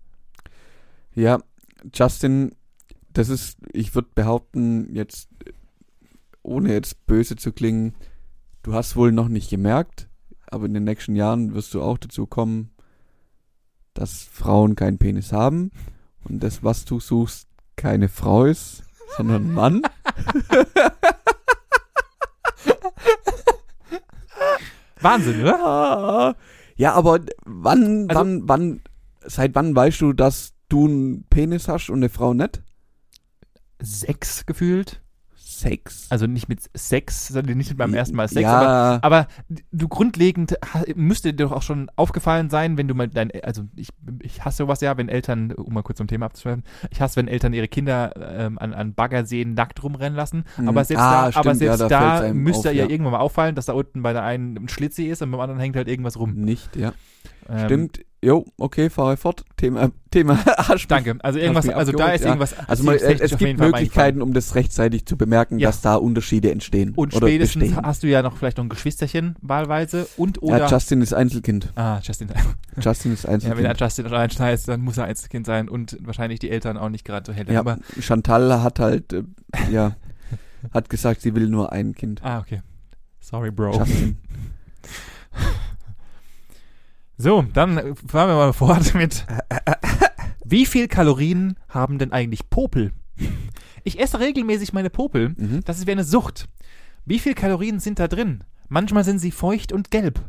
A: Ja, Justin, das ist, ich würde behaupten, jetzt, ohne jetzt böse zu klingen, du hast wohl noch nicht gemerkt, aber in den nächsten Jahren wirst du auch dazu kommen, dass Frauen keinen Penis haben und das, was du suchst, keine Frau ist, sondern ein Mann.
C: Wahnsinn, oder?
A: ja, aber wann,
C: Also-
A: wann, wann, seit wann weißt du, dass du einen Penis hast und eine Frau nicht?
C: Sex gefühlt.
A: Sex.
C: Also nicht mit Sex, sondern nicht mit beim ersten Mal Sex,
A: ja,
C: aber Aber du grundlegend ha- müsste dir doch auch schon aufgefallen sein, wenn du mal dein, also ich, ich hasse sowas ja, wenn Eltern, um mal kurz zum Thema abzuschreiben, ich hasse, wenn Eltern ihre Kinder ähm, an, an Baggerseen nackt rumrennen lassen.
A: Mhm.
C: Aber selbst
A: Ah,
C: da,
A: stimmt,
C: aber
A: ja,
C: selbst
A: da
C: da,
A: fällt's einem
C: müsste
A: auf,
C: ja
A: ja.
C: irgendwann mal auffallen, dass da unten bei der einen ein Schlitzi ist und beim anderen hängt halt irgendwas rum.
A: nicht, ja.
C: Ähm,
A: Mhm. Stimmt. Jo, okay, fahre fort. Thema, Thema Arsch.
C: Danke. Also irgendwas,
A: mich
C: also da
A: abgeholt,
C: ist
A: ja.
C: irgendwas.
A: Also man,
C: erziehungstechnisch
A: es
C: auf
A: gibt
C: jeden Fall mein Fall.
A: Möglichkeiten, um das rechtzeitig zu bemerken,
C: Ja.
A: dass da Unterschiede entstehen.
C: Und
A: oder
C: spätestens
A: bestehen.
C: hast du ja noch vielleicht noch ein Geschwisterchen wahlweise und oder.
A: Ja, Justin ist Einzelkind.
C: ah, Justin.
A: Justin ist
C: Ja, wenn er
A: Einzelkind.
C: Justin Reinsch heißt, dann muss er Einzelkind sein und wahrscheinlich die Eltern auch nicht gerade so helle.
A: Ja,
C: Aber,
A: Chantal hat halt, äh, ja, hat gesagt, sie will nur ein Kind.
C: ah, okay. Sorry, Bro.
A: Justin.
C: So, dann äh, fahren wir mal fort mit. Wie viel Kalorien haben denn eigentlich Popel? Ich esse regelmäßig meine Popel.
A: Mhm.
C: Das ist wie eine Sucht. Wie viel Kalorien sind da drin? Manchmal sind sie feucht und gelb.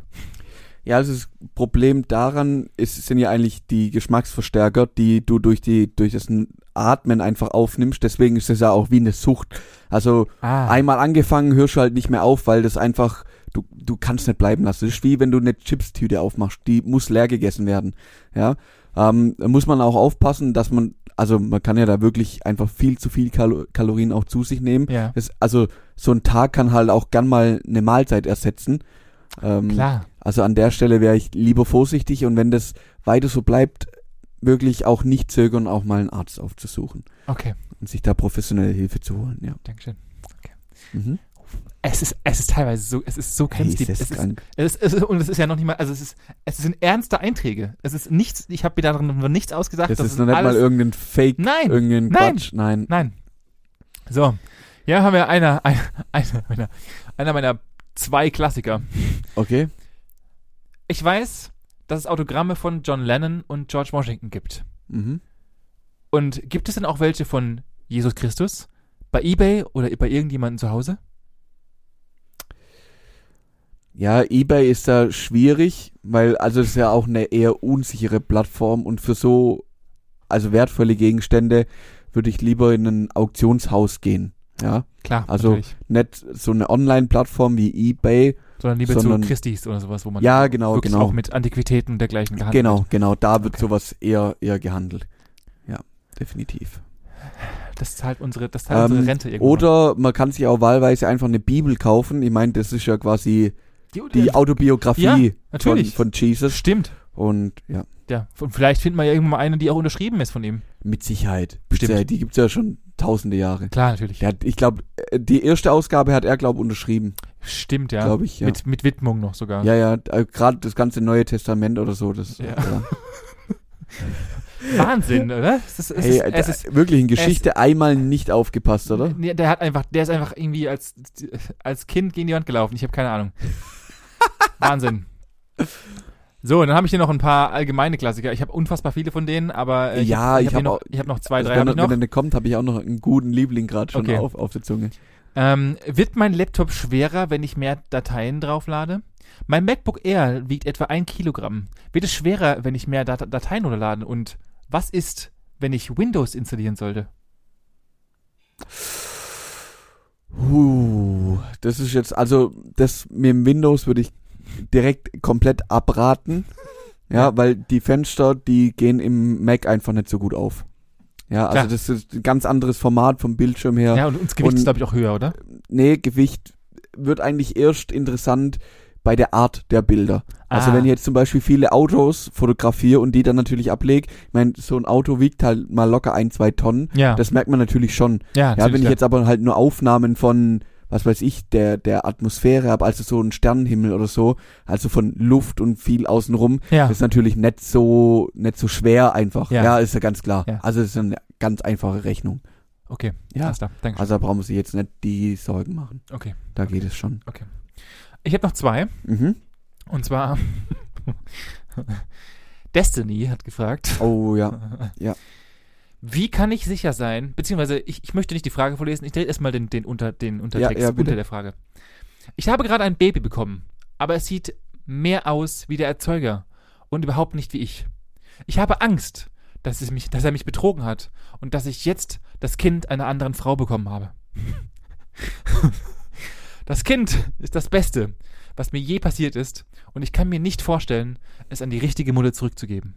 A: Ja, also das Problem daran ist, sind ja eigentlich die Geschmacksverstärker, die du durch die durch das Atmen einfach aufnimmst. Deswegen ist es ja auch wie eine Sucht. Also
C: Ah.
A: einmal angefangen, hörst du halt nicht mehr auf, weil das einfach du du kannst nicht bleiben lassen. Das ist wie wenn du eine Chips-Tüte aufmachst, die muss leer gegessen werden. Ja, ähm, da muss man auch aufpassen, dass man also man kann ja da wirklich einfach viel zu viel Kalo Kalorien auch zu sich nehmen.
C: ja,
A: Das, also so ein Tag kann halt auch gern mal eine Mahlzeit ersetzen. Ähm,
C: klar.
A: also an der Stelle wäre ich lieber vorsichtig und wenn das weiter so bleibt, wirklich auch nicht zögern, auch mal einen Arzt aufzusuchen
C: Okay,
A: und sich da professionelle Hilfe zu holen, ja.
C: Dankeschön.
A: Mhm.
C: Es ist, es ist teilweise so, es ist so
A: Hey,
C: grenzdeep.
A: ist das
C: es, ist,
A: krank.
C: es, ist, es ist, und es ist ja noch nicht mal, also es ist, es sind ernste Einträge. Es ist nichts, ich habe mir darin nichts ausgesagt.
A: das ist noch nicht mal irgendein Fake,
C: Nein,
A: irgendein
C: nein.
A: Quatsch, nein.
C: Nein. So. Ja, haben wir einer, einer, einer, meiner, einer meiner zwei Klassiker.
A: Okay,
C: Ich weiß, dass es Autogramme von John Lennon und George Washington gibt.
A: mhm.
C: Und gibt es denn auch welche von Jesus Christus? Bei Ebay oder bei irgendjemandem zu Hause?
A: Ja, eBay ist da schwierig, weil also es ist ja auch eine eher unsichere Plattform und für so also wertvolle Gegenstände würde ich lieber in ein Auktionshaus gehen. Ja,
C: Klar,
A: Also,
C: natürlich.
A: nicht so eine Online-Plattform wie eBay,
C: Sondern lieber
A: sondern-
C: zu Christis oder sowas, wo man
A: Ja, genau,
C: wirklich
A: genau.
C: auch mit Antiquitäten und dergleichen gehandelt
A: Genau, genau, da wird
C: Okay.
A: sowas eher, eher gehandelt. Ja, definitiv.
C: wird. Das zahlt unsere, das zahlt unsere
A: Ähm,
C: Rente irgendwann.
A: Oder man kann sich auch wahlweise einfach eine Bibel kaufen. Ich meine, das ist ja quasi
C: die,
A: die
C: Ja,
A: Autobiografie von,
C: natürlich.
A: von Jesus.
C: Stimmt.
A: Und ja,
C: Ja. Und vielleicht finden wir ja irgendwann mal eine, die auch unterschrieben ist von ihm.
A: mit Sicherheit.
C: Bestimmt.
A: Ja, Die gibt's ja schon tausende Jahre.
C: Klar, natürlich.
A: Der hat, ich glaube, die erste Ausgabe hat er, glaube unterschrieben,
C: Stimmt, ja.
A: glaube ich. Ja,
C: Mit, mit Widmung noch sogar.
A: ja, ja äh, gerade das ganze Neue Testament oder so. Das,
C: Ah. Ja. Wahnsinn, oder? Es ist, es
A: Hey,
C: ist, es
A: da-
C: ist,
A: wirklich in Geschichte einmal nicht aufgepasst, oder?
C: Nee, der hat einfach, der ist einfach irgendwie als, als Kind gegen die Wand gelaufen. Ich habe keine Ahnung. Wahnsinn. So, und dann habe ich hier noch ein paar allgemeine Klassiker. Ich habe unfassbar viele von denen, aber äh,
A: Ja,
C: ich
A: ich
C: habe hab hier
A: hab
C: noch,
A: auch-
C: ich hab noch zwei, drei
A: Also wenn,
C: habe
A: er-
C: ich noch.
A: wenn er kommt, habe ich auch noch einen guten Liebling gerade schon
C: Okay.
A: auf, auf der Zunge.
C: Ähm, wird mein Laptop schwerer, wenn ich mehr Dateien drauflade? Mein MacBook Air wiegt etwa ein Kilogramm. Wird es schwerer, wenn ich mehr Dat Dateien runterlade? Und was ist, wenn ich Windows installieren sollte?
A: Huh, das ist jetzt, also das mit dem Windows würde ich direkt komplett abraten. Ja, weil die Fenster, die gehen im Mac einfach nicht so gut auf. Ja, also
C: Klar.
A: das ist ein ganz anderes Format vom Bildschirm her.
C: Ja, und uns Gewicht
A: Und-
C: ist, glaube ich, auch höher, oder?
A: Nee, Gewicht wird eigentlich erst interessant bei der Art der Bilder. Also
C: Ah.
A: wenn ich jetzt zum Beispiel viele Autos fotografiere und die dann natürlich ablege, ich meine, so ein Auto wiegt halt mal locker ein, zwei Tonnen.
C: Ja,
A: Das merkt man natürlich schon. Ja,
C: ja,
A: wenn ich
C: natürlich,
A: jetzt aber halt nur Aufnahmen von, was weiß ich, der, der Atmosphäre habe, also so ein Sternenhimmel oder so, also von Luft und viel außenrum,
C: ja.
A: ist natürlich nicht so, nicht so schwer einfach.
C: Ja.
A: Ja, ist ja ganz klar.
C: Ja.
A: Also ist eine ganz einfache Rechnung.
C: Okay,
A: Ja.
C: alles klar, danke.
A: Also da brauchen wir sich jetzt nicht die Sorgen machen.
C: Okay.
A: Da geht es schon.
C: Ich habe noch zwei,
A: Mhm.
C: und zwar Destiny hat gefragt,
A: Oh ja. Ja.
C: wie kann ich sicher sein, beziehungsweise ich, ich möchte nicht die Frage vorlesen, ich drehe erstmal den, den, unter, den Untertext
A: ja, bitte.
C: unter der Frage. Ich habe gerade ein Baby bekommen, aber es sieht mehr aus wie der Erzeuger und überhaupt nicht wie ich. Ich habe Angst, dass, es mich, dass er mich betrogen hat und dass ich jetzt das Kind einer anderen Frau bekommen habe. Das Kind ist das Beste, was mir je passiert ist und ich kann mir nicht vorstellen, es an die richtige Mutter zurückzugeben.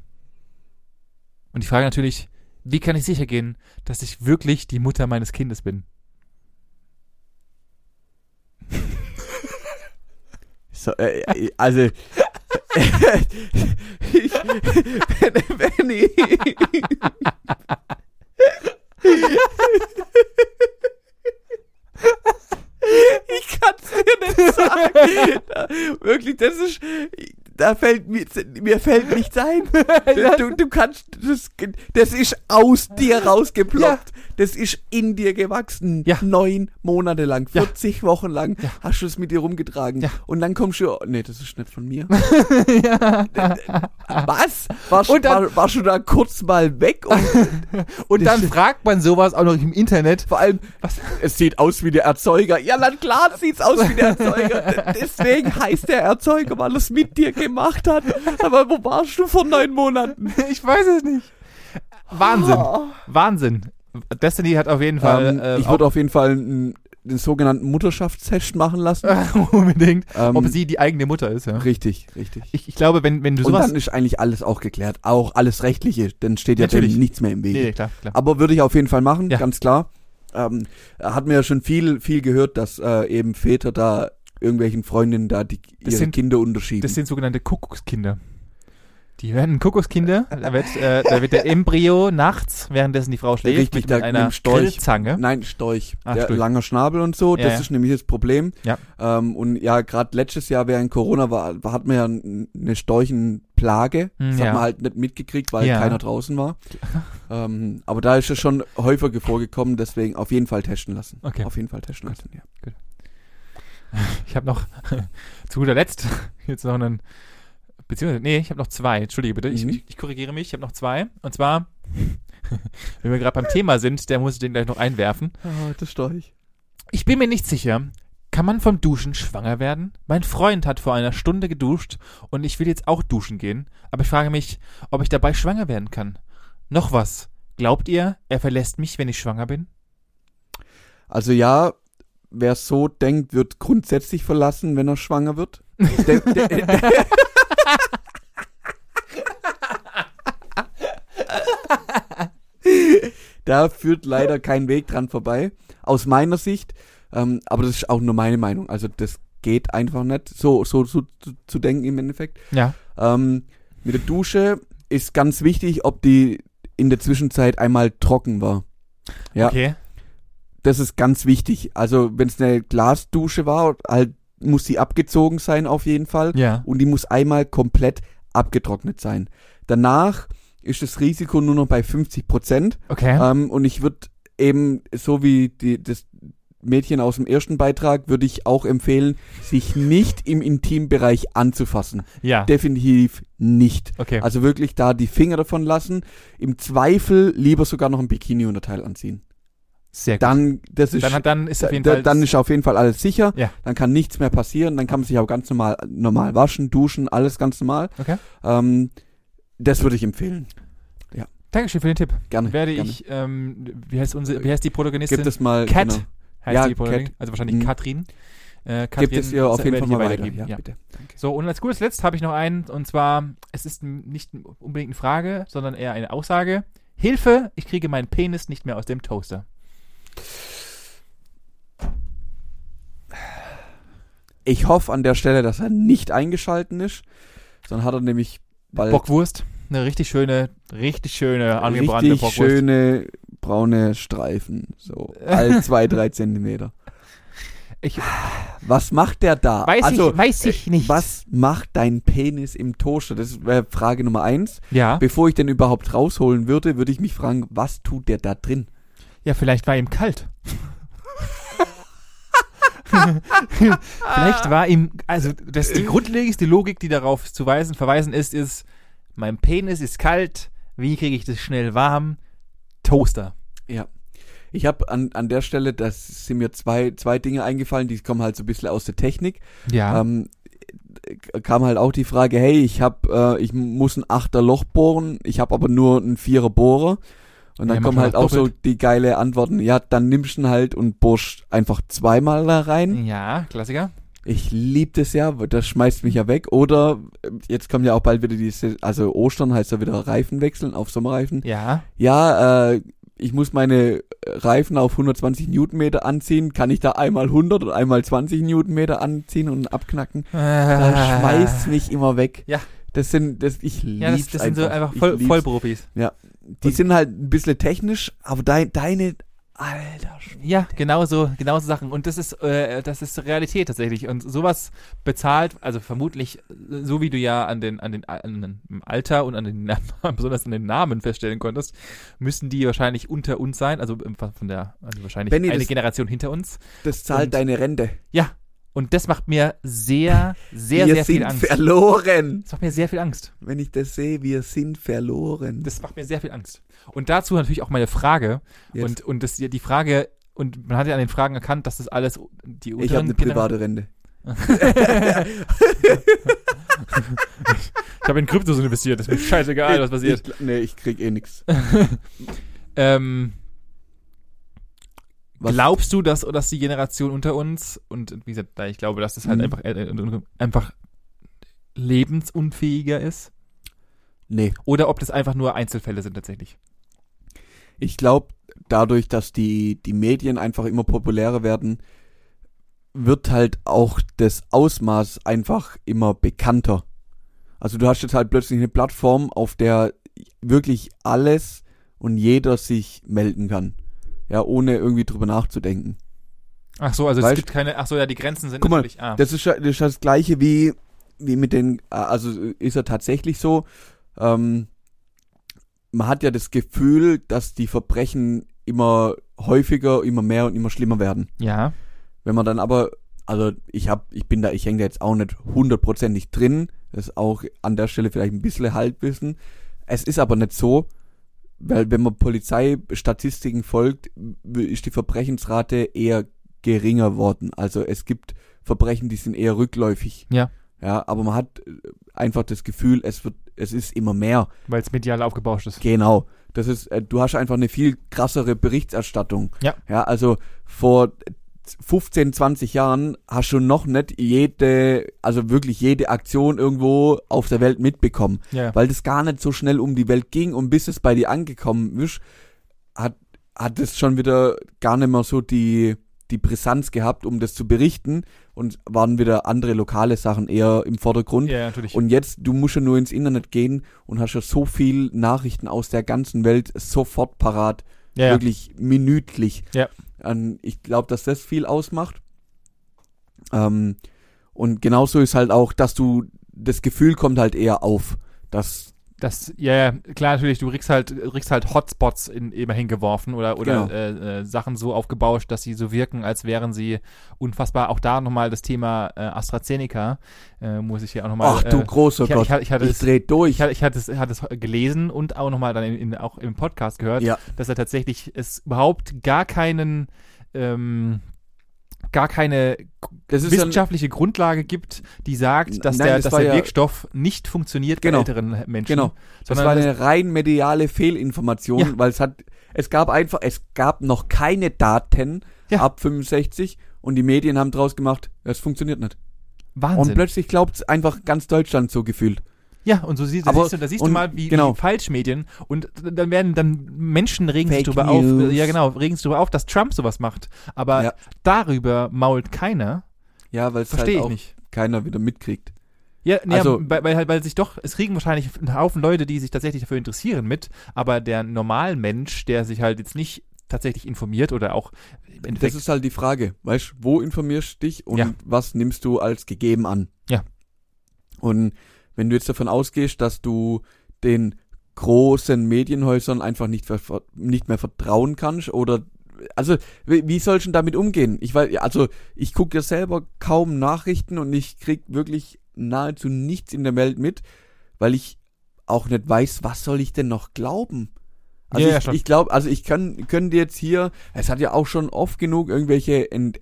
C: Und ich frage natürlich, wie kann ich sicher gehen, dass ich wirklich die Mutter meines Kindes bin?
A: So, äh, äh, also ich, Benny. Ich kann's dir nicht sagen. Da, wirklich, das ist. Da fällt mir, mir fällt nichts ein. Du, du kannst, das, das ist aus dir rausgeploppt. Das ist in dir gewachsen.
C: Ja.
A: Neun Monate lang,
C: Ja.
A: 40 Wochen lang
C: Ja.
A: hast du es mit dir rumgetragen.
C: Ja.
A: Und dann kommst du, nee, das ist nicht von mir. Was? Warst,
C: Und dann-
A: war, warst du da kurz mal weg? Und
C: Und
A: Das
C: dann fragt man sowas auch noch im Internet.
A: vor allem,
C: Was?
A: es sieht aus wie der Erzeuger. Ja, na klar sieht's aus wie der Erzeuger. D- Deswegen heißt der Erzeuger, weil es mit dir gemacht hat. Aber wo warst du vor neun Monaten?
C: Ich weiß es nicht. Wahnsinn. Wahnsinn. Destiny hat auf jeden Fall.
A: Ah. Ähm,
C: äh,
A: ich würde auf jeden Fall einen, einen sogenannten Mutterschaftstest machen lassen.
C: auch, unbedingt.
A: Ähm,
C: Äh, ob sie die eigene Mutter ist, ja.
A: Richtig, richtig.
C: Ich, ich glaube, wenn, wenn du
A: Und
C: sowas.
A: dann ist eigentlich alles auch geklärt. Auch alles Rechtliche. Dann steht ja
C: Natürlich.
A: dem nichts mehr im Weg.
C: nee, nee, klar, klar.
A: Aber würde ich auf jeden Fall machen,
C: Ja.
A: ganz klar. Ähm, hat mir ja schon viel, viel gehört, dass äh, eben Väter da irgendwelchen Freundinnen da die,
C: Das
A: ihre
C: sind-
A: Kinder unterschieben.
C: Das sind sogenannte Kuckuckskinder. Die werden Kuckuckskinder, da wird, äh, da wird der Embryo nachts, währenddessen die Frau schläft,
A: Richtig,
C: mit,
A: da-
C: mit
A: mit
C: einer
A: dem Storch.
C: Grillzange.
A: Nein, Storch.
C: Ach,
A: der
C: Ah, Storch.
A: langer Schnabel und so,
C: Ja,
A: das
C: ja.
A: ist nämlich das Problem.
C: Ja.
A: Ähm, und ja, gerade letztes Jahr während Corona war, war, hat man ja n- eine Storchenplage.
C: Hm,
A: Das
C: ja.
A: hat man halt nicht mitgekriegt, weil
C: Ja.
A: keiner draußen war. ähm, aber da ist es schon häufiger vorgekommen, deswegen auf jeden Fall testen lassen.
C: Okay.
A: Auf jeden Fall testen lassen, ja.
C: Ich habe noch zu guter Letzt jetzt noch einen. Beziehungsweise, nee, ich habe noch zwei. Entschuldige bitte, ich,
A: Mhm.
C: ich, ich korrigiere mich, ich habe noch zwei. Und zwar, wenn wir gerade beim Thema sind, der muss ich den gleich noch einwerfen.
A: Ah, das Storch.
C: Ich bin mir nicht sicher. Kann man vom Duschen schwanger werden? Mein Freund hat vor einer Stunde geduscht und ich will jetzt auch duschen gehen, aber ich frage mich, ob ich dabei schwanger werden kann. Noch was. Glaubt ihr, er verlässt mich, wenn ich schwanger bin?
A: Also ja, wer so denkt, wird grundsätzlich verlassen, wenn er schwanger wird. Ich denk- de- de- da führt leider kein Weg dran vorbei, aus meiner Sicht. Ähm, aber das ist auch nur meine Meinung. Also das geht einfach nicht, so, so, so zu, zu denken im Endeffekt.
C: Ja.
A: Ähm, mit der Dusche ist ganz wichtig, ob die in der Zwischenzeit einmal trocken war. Ja.
C: Okay.
A: das ist ganz wichtig. Also wenn es eine Glasdusche war, halt muss sie abgezogen sein auf jeden Fall
C: Ja.
A: und die muss einmal komplett abgetrocknet sein. Danach ist das Risiko nur noch bei 50 Prozent
C: Okay.
A: ähm, und ich würde eben so wie die, das Mädchen aus dem ersten Beitrag würde ich auch empfehlen, sich nicht im Intimbereich anzufassen.
C: ja.
A: Definitiv nicht.
C: Okay.
A: Also wirklich da die Finger davon lassen. Im Zweifel lieber sogar noch ein Bikini-Unterteil anziehen.
C: Sehr gut.
A: Dann, das ist
C: Dann, hat- dann ist auf jeden
A: da-
C: Fall.
A: dann ist auf jeden Fall alles sicher.
C: Ja.
A: Dann kann nichts mehr passieren. Dann kann man sich auch ganz normal, normal waschen, duschen, alles ganz normal.
C: Okay.
A: Ähm, das würde ich empfehlen.
C: Dankeschön für den Tipp.
A: Gerne.
C: Werde
A: gerne.
C: ich, ähm, wie heißt unsere, wie heißt die Protagonistin?
A: Gibt es mal.
C: Cat.
A: Genau,
C: heißt
A: ja,
C: die Protagonistin? Also wahrscheinlich
A: Mhm.
C: Katrin. Äh, Katrin
A: gibt es ihr auf
C: werde
A: jeden
C: ich
A: Fall
C: ihr
A: mal weiter.
C: weitergeben.
A: Ja,
C: Ja.
A: bitte.
C: So, und als gutes Letzt habe ich noch einen, und zwar, es ist m- nicht unbedingt eine Frage, sondern eher eine Aussage. Hilfe, ich kriege meinen Penis nicht mehr aus dem Toaster.
A: Ich hoffe an der Stelle, dass er nicht eingeschalten ist. Sondern hat er nämlich bald
C: Bockwurst, eine richtig schöne, richtig schöne äh, angebrannte
A: richtig
C: Bockwurst.
A: schöne braune Streifen. So. All zwei, drei Zentimeter.
C: Ich-
A: Was macht der da?
C: Weiß
A: also,
C: ich, weiß ich nicht.
A: was macht dein Penis im Toaster? Das wäre Frage Nummer eins.
C: Ja,
A: Bevor ich den überhaupt rausholen würde, würde ich mich fragen, was tut der da drin?
C: ja, vielleicht war ihm kalt. vielleicht war ihm, also das die grundlegendste Logik, die darauf zu weisen, verweisen ist, ist, mein Penis ist kalt, wie kriege ich das schnell warm? Toaster.
A: Ich habe an, an der Stelle, das sind mir zwei, zwei Dinge eingefallen, die kommen halt so ein bisschen aus der Technik.
C: Ja.
A: Ähm, äh, kam halt auch die Frage, hey, ich hab, äh, ich muss ein Achter Loch bohren, ich habe aber nur einen Vierer Bohrer. Und dann
C: Ja, man
A: kommen
C: kann
A: halt
C: auch
A: auch so
C: doppelt.
A: die geile Antworten, ja, dann nimmst du ihn halt und bohrst einfach zweimal da rein.
C: ja, Klassiker.
A: Ich lieb das ja, weil das schmeißt mich ja weg. Oder äh, jetzt kommen ja auch bald wieder diese, also Ostern heißt ja wieder Reifen wechseln auf Sommerreifen.
C: Ja.
A: ja, äh, ich muss meine Reifen auf 120 Newtonmeter anziehen, kann ich da einmal 100 und einmal 20 Newtonmeter anziehen und abknacken? Da schmeißt mich immer weg.
C: Ah. Ja.
A: Das sind, das, ich lieb's
C: Ja, das, das sind
A: einfach.
C: so einfach
A: Ich
C: Voll,
A: lieb's.
C: Vollprofis.
A: Die sind halt ein bisschen technisch, aber dein, deine, alter Schwede.
C: Ja, genau so, genau so Sachen. Und das ist, äh, das ist Realität tatsächlich. Und sowas bezahlt, also vermutlich, äh, so wie du ja an den, an den, an dem Alter und an den, Namen- besonders an den Namen feststellen konntest, müssen die wahrscheinlich unter uns sein, also im Fall von der, also wahrscheinlich
A: Benny,
C: eine
A: das-
C: Generation hinter uns.
A: Das zahlt
C: Und-
A: deine Rente.
C: Und das macht mir sehr, sehr,
A: wir
C: sehr
A: sind
C: viel Angst.
A: verloren.
C: Das macht mir sehr viel Angst.
A: Wenn ich das sehe, wir sind verloren.
C: Das macht mir sehr viel Angst. Und dazu natürlich auch meine Frage.
A: Yes.
C: Und, und das, die Frage, und man hat ja an den Fragen erkannt, dass das alles die
A: ich habe
C: unteren
A: eine
C: Kinder-
A: private Rente.
C: Ich habe in Kryptos investiert, ist mir scheißegal, Ah, was passiert.
A: Ich, nee, ich krieg eh nix.
C: Ähm,
A: Was-
C: glaubst du, dass, dass die Generation unter uns, und wie gesagt, da ich glaube, dass das halt
A: Mhm.
C: einfach, äh, äh, einfach lebensunfähiger ist?
A: Nee.
C: Oder ob das einfach nur Einzelfälle sind tatsächlich?
A: Ich glaube, dadurch, dass die, die Medien einfach immer populärer werden, wird halt auch das Ausmaß einfach immer bekannter. Also du hast jetzt halt plötzlich eine Plattform, auf der wirklich alles und jeder sich melden kann. Ja, ohne irgendwie drüber nachzudenken.
C: Ach so, also es
A: Weißt-
C: gibt keine, ach so, ja, die Grenzen sind
A: Guck mal,
C: natürlich, ah,
A: Das ist, ja- das ist das gleiche wie, wie mit den, also ist ja tatsächlich so, ähm, man hat ja das Gefühl, dass die Verbrechen immer häufiger, immer mehr und immer schlimmer werden.
C: ja,
A: Wenn man dann aber, also ich hab, ich bin da, ich hänge da jetzt auch nicht hundertprozentig drin, das ist auch an der Stelle vielleicht ein bisschen Halbwissen. Es ist aber nicht so, weil wenn man Polizeistatistiken folgt, w- ist die Verbrechensrate eher geringer worden. Also es gibt Verbrechen, die sind eher rückläufig.
C: Ja.
A: Ja, aber man hat äh, einfach das Gefühl, es wird, es ist immer mehr.
C: weil es medial aufgebauscht ist.
A: Genau. Das ist, äh, du hast einfach eine viel krassere Berichterstattung.
C: Ja.
A: Ja, also vor 15, 20 Jahren hast du noch nicht jede, also wirklich jede Aktion irgendwo auf der Welt mitbekommen,
C: Ja,
A: weil das gar nicht so schnell um die Welt ging und bis es bei dir angekommen ist, hat, hat es schon wieder gar nicht mehr so die, die Brisanz gehabt, um das zu berichten und waren wieder andere lokale Sachen eher im Vordergrund.
C: ja, natürlich.
A: Und jetzt, du musst ja nur ins Internet gehen und hast ja so viel Nachrichten aus der ganzen Welt sofort parat,
C: ja, ja.
A: wirklich minütlich.
C: Ja.
A: Ähm, ich glaube, dass das viel ausmacht. Ähm, und genauso ist halt auch, dass du, das Gefühl kommt halt eher auf, dass,
C: Das, ja, ja, klar, natürlich, du kriegst halt, kriegst halt Hotspots in, immer hingeworfen oder, oder
A: Genau.
C: äh, äh, Sachen so aufgebauscht, dass sie so wirken, als wären sie unfassbar. Auch da nochmal das Thema äh, AstraZeneca, äh, muss ich hier auch nochmal.
A: ach du
C: äh,
A: großer
C: ich, ich,
A: Gott,
C: ich, ich hatte
A: ich,
C: es
A: dreh durch.
C: ich hatte, ich hatte es, hatte es gelesen und auch nochmal dann in, in, auch im Podcast gehört,
A: Ja.
C: dass er tatsächlich es überhaupt gar keinen, ähm, gar keine
A: das ist ja,
C: wissenschaftliche Grundlage gibt, die sagt, dass
A: Nein,
C: der,
A: das
C: dass
A: war
C: der
A: ja-
C: Wirkstoff nicht funktioniert
A: Genau.
C: bei älteren Menschen.
A: genau, das
C: sondern
A: war
C: das-
A: eine rein mediale Fehlinformation,
C: Ja.
A: weil es hat, es gab einfach, es gab noch keine Daten
C: Ja.
A: ab 65 und die Medien haben draus gemacht, es funktioniert nicht.
C: Wahnsinn.
A: Und plötzlich glaubt es einfach ganz Deutschland so gefühlt.
C: ja, und so siehst,
A: Aber-
C: siehst du, da siehst
A: und
C: du mal, wie
A: genau.
C: die Falschmedien und dann werden dann Menschen regen sich
A: Fake
C: darüber auf,
A: News.
C: ja genau, regen sich darüber auf, dass Trump sowas macht. Aber
A: Ja.
C: darüber mault keiner.
A: Ja, weil es halt
C: Verstehe ich
A: auch
C: nicht.
A: keiner wieder mitkriegt.
C: Ja, nee,
A: Also-
C: weil, weil, halt- weil sich doch, es kriegen wahrscheinlich einen Haufen Leute, die sich tatsächlich dafür interessieren mit, aber der Normalmensch, der sich halt jetzt nicht tatsächlich informiert oder auch im
A: Das
C: Endeffekt,
A: ist halt die Frage, weißt wo informierst du dich und
C: Ja.
A: was nimmst du als gegeben an?
C: Ja.
A: Und wenn du jetzt davon ausgehst, dass du den großen Medienhäusern einfach nicht, ver- nicht mehr vertrauen kannst oder also wie, wie sollst du denn damit umgehen? Ich weiß, also ich gucke ja selber kaum Nachrichten und ich krieg wirklich nahezu nichts in der Welt mit, weil ich auch nicht weiß, was soll ich denn noch glauben? Also
C: Ja, ja,
A: ich,
C: schon.
A: ich glaube, also ich kann, können dir jetzt hier, es hat ja auch schon oft genug irgendwelche Ent,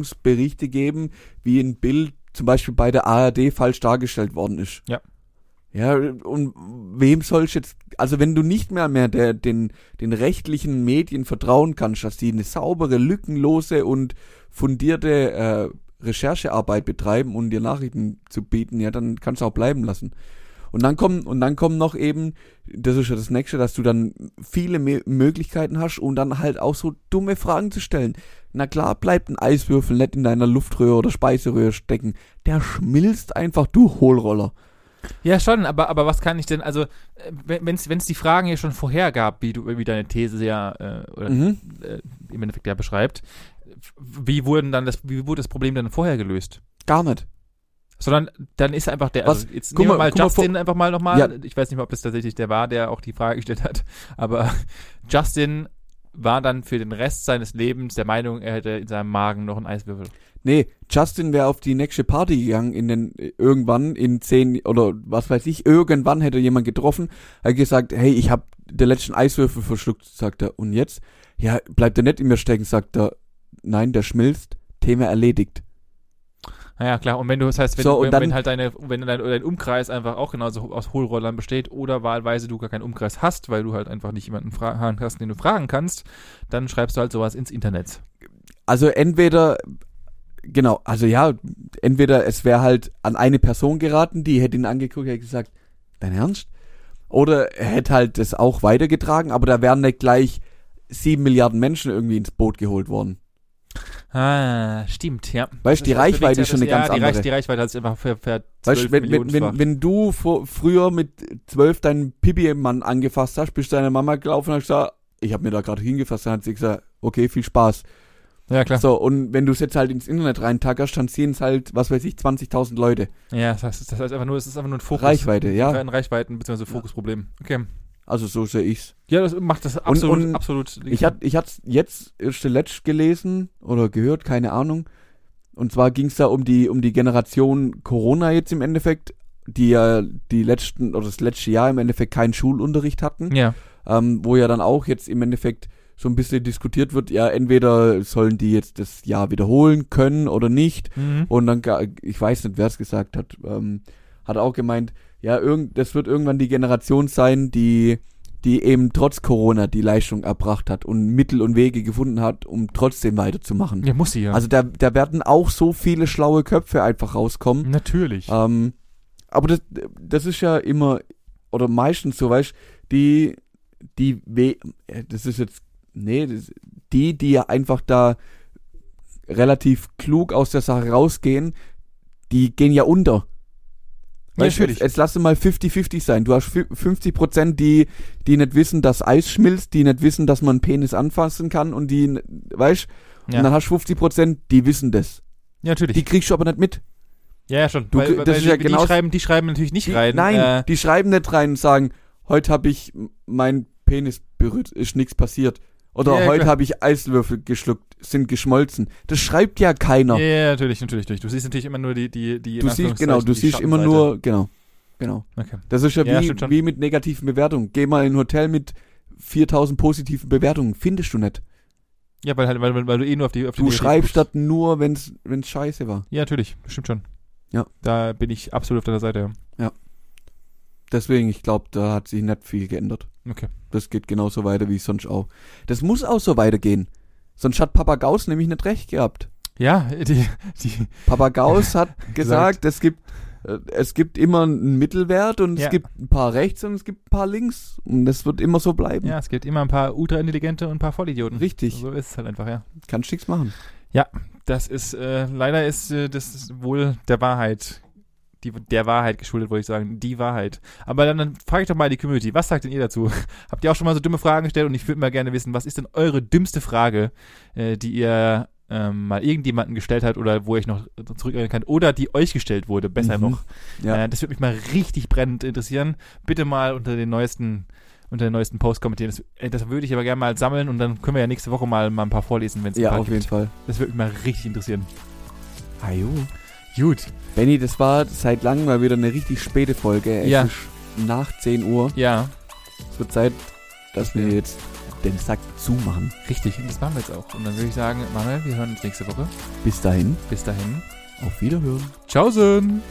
A: Enthüllungsberichte geben, wie ein Bild zum Beispiel bei der ARD falsch dargestellt worden ist.
C: Ja.
A: Ja, und wem soll ich jetzt, also wenn du nicht mehr mehr der, den, den rechtlichen Medien vertrauen kannst, dass die eine saubere, lückenlose und fundierte um äh, Recherchearbeit betreiben und dir Nachrichten zu bieten, ja, dann kannst du auch bleiben lassen. Und dann kommen, und dann kommen noch eben, das ist ja das nächste, dass du dann viele Me- Möglichkeiten hast und dann halt auch so dumme Fragen zu stellen. Na klar, bleibt ein Eiswürfel nicht in deiner Luftröhre oder Speiseröhre stecken. Der schmilzt einfach, du Hohlroller.
C: Ja, schon, aber, aber was kann ich denn, also, wenn es die Fragen hier schon vorher gab, wie, du, wie deine These ja, äh, oder
A: Mhm.
C: äh, im Endeffekt ja beschreibt, wie, wurden dann das, wie wurde das Problem dann vorher gelöst?
A: Gar nicht.
C: Sondern dann ist einfach der,
A: Was?
C: also jetzt
A: Guck
C: nehmen wir
A: mal-
C: mal
A: guck mal
C: Justin einfach mal nochmal,
A: Ja.
C: ich weiß nicht mal, ob das tatsächlich der war, der auch die Frage gestellt hat, aber Justin war dann für den Rest seines Lebens der Meinung, er hätte in seinem Magen noch einen Eiswürfel.
A: Nee, Justin wäre auf die nächste Party gegangen in den irgendwann in zehn oder was weiß ich, irgendwann hätte jemand getroffen, hat gesagt, hey, ich hab den letzten Eiswürfel verschluckt, sagt er. Und jetzt? Ja, bleibt er nicht in mir stecken, sagt er. Nein, der schmilzt, Thema erledigt.
C: Naja, klar, und wenn du, das heißt, wenn,
A: So, und
C: wenn,
A: dann-
C: wenn halt deine, wenn dein, dein Umkreis einfach auch genauso aus Hohlrollern besteht oder wahlweise du gar keinen Umkreis hast, weil du halt einfach nicht jemanden fragen hast, den du fragen kannst, dann schreibst du halt sowas ins Internet.
A: Also entweder genau, also ja, entweder es wäre halt an eine Person geraten, die hätte ihn angeguckt, hätte gesagt, dein Ernst? Oder er hätte halt das auch weitergetragen, aber da wären nicht gleich sieben Milliarden Menschen irgendwie ins Boot geholt worden.
C: Ah, stimmt, ja.
A: Weißt du, die
C: Das bewegt
A: Reichweite
C: ja
A: ist schon eine
C: das- ja,
A: ganz
C: die
A: andere.
C: Reich, die Reichweite hat sich einfach ver, ver
A: Weißt du,
C: 12
A: wenn, wenn,
C: Millionenfach.
A: wenn, wenn du vor, früher mit zwölf deinen Pipi-Mann angefasst hast, bist du deiner Mama gelaufen und hast gesagt, ich habe mir da gerade hingefasst, dann hat sie gesagt, okay, viel Spaß.
C: Ja, klar.
A: So, und wenn du es jetzt halt ins Internet reintackerst, dann sehen es halt, was weiß ich, 20.000 Leute.
C: Ja, das heißt, das heißt einfach nur, es ist einfach nur ein Fokus.
A: Reichweite, ja.
C: Ein Reichweiten- bzw. Fokusproblem. Okay.
A: Also so sehe ich's.
C: Ja, das macht das absolut,
A: und
C: absolut.
A: Ich hatte ich hat's jetzt erst letzt gelesen oder gehört, keine Ahnung. Und zwar ging's da um die um die Generation Corona jetzt im Endeffekt, die ja die letzten oder das letzte Jahr im Endeffekt keinen Schulunterricht hatten.
C: ja.
A: ähm, wo ja dann auch jetzt im Endeffekt so ein bisschen diskutiert wird, ja, entweder sollen die jetzt das Jahr wiederholen können oder nicht.
C: Mhm.
A: Und dann, ga- ich weiß nicht, wer es gesagt hat, ähm, hat auch gemeint, ja, irgend, das wird irgendwann die Generation sein, die, die eben trotz Corona die Leistung erbracht hat und Mittel und Wege gefunden hat, um trotzdem weiterzumachen.
C: ja, muss sie ja.
A: Also da, da werden auch so viele schlaue Köpfe einfach rauskommen.
C: Natürlich.
A: Ähm, aber das, das ist ja immer, oder meistens so, weißt die, die, we äh, das ist jetzt, nee, das, die, die ja einfach da relativ klug aus der Sache rausgehen, die gehen ja unter.
C: Ja,
A: Weißt,
C: natürlich.
A: Jetzt, jetzt lass sie mal 50-50 sein. Du hast fü- 50 Prozent, die, die nicht wissen, dass Eis schmilzt, die nicht wissen, dass man einen Penis anfassen kann und die, n- weißt,
C: Ja.
A: und dann hast du 50 Prozent, die wissen das.
C: ja, natürlich.
A: Die kriegst du aber nicht mit.
C: ja, ja, schon.
A: Du-
C: weil, weil,
A: das ist ja
C: die,
A: genau-
C: die, schreiben, die schreiben natürlich nicht
A: Die,
C: rein.
A: Nein,
C: Äh,
A: die schreiben nicht rein und sagen, heute habe ich m- meinen Penis berührt, ist nichts passiert. Oder
C: Ja, ja,
A: heute
C: klar.
A: habe ich Eiswürfel geschluckt, sind geschmolzen. Das schreibt ja keiner.
C: ja, ja, natürlich, natürlich, natürlich. Du siehst natürlich immer nur die. die, die in
A: genau. du siehst,
C: Anführungszeichen,
A: genau, du
C: die
A: siehst immer
C: Schattenseite.
A: nur, genau, genau.
C: Okay.
A: Das ist ja,
C: Ja,
A: wie,
C: stimmt schon.
A: wie mit negativen Bewertungen. Geh mal in ein Hotel mit 4000 positiven Bewertungen, findest du nicht.
C: Ja, weil, halt- weil, weil, weil du eh nur auf die. Auf die
A: Du
C: Negativ-
A: schreibst das nur, wenn's, wenn's scheiße war.
C: Ja, natürlich. Stimmt schon.
A: Ja.
C: Da bin ich absolut auf deiner Seite. ja.
A: Deswegen, ich glaube, da hat sich nicht viel geändert.
C: Okay.
A: Das geht genauso weiter wie sonst auch. Das muss auch so weitergehen. Sonst hat Papa Gauss nämlich nicht recht gehabt.
C: Ja, die, die,
A: Papa Gauss hat gesagt, es gibt äh, es gibt immer einen Mittelwert und
C: Ja.
A: es gibt ein paar rechts und es gibt ein paar links und das wird immer so bleiben.
C: ja, es gibt immer ein paar ultraintelligente und ein paar Vollidioten.
A: Richtig,
C: So ist es halt einfach, ja.
A: kannst nichts machen.
C: Das ist, äh, leider ist äh, das ist wohl der Wahrheit. Die, der Wahrheit geschuldet, wollte ich sagen. Die Wahrheit. Aber dann, dann frage ich doch mal die Community. Was sagt denn ihr dazu? Habt ihr auch schon mal so dumme Fragen gestellt? Und ich würde mal gerne wissen, was ist denn eure dümmste Frage, äh, die ihr ähm, mal irgendjemanden gestellt habt oder wo ich noch zurückerinnern kann oder die euch gestellt wurde, besser
A: Mhm.
C: noch.
A: Ja.
C: Äh, das würde mich mal richtig brennend interessieren. Bitte mal unter den neuesten unter den neuesten Post kommentieren. Das, äh, das würde ich aber gerne mal sammeln und dann können wir ja nächste Woche mal, mal ein paar vorlesen, wenn es ein
A: ja,
C: paar
A: auf
C: gibt.
A: jeden Fall.
C: Das würde mich mal richtig interessieren.
A: Ajo.
C: Gut.
A: Benny, das war seit langem mal wieder eine richtig späte Folge. Es
C: Ja.
A: ist nach 10 Uhr.
C: Ja,
A: Es wird Zeit, dass wir jetzt den Sack zumachen.
C: richtig. Und das machen wir jetzt auch. Und dann würde ich sagen, Manuel, wir hören uns nächste Woche.
A: Bis dahin,
C: Bis dahin.
A: auf Wiederhören.
C: Tschaußen!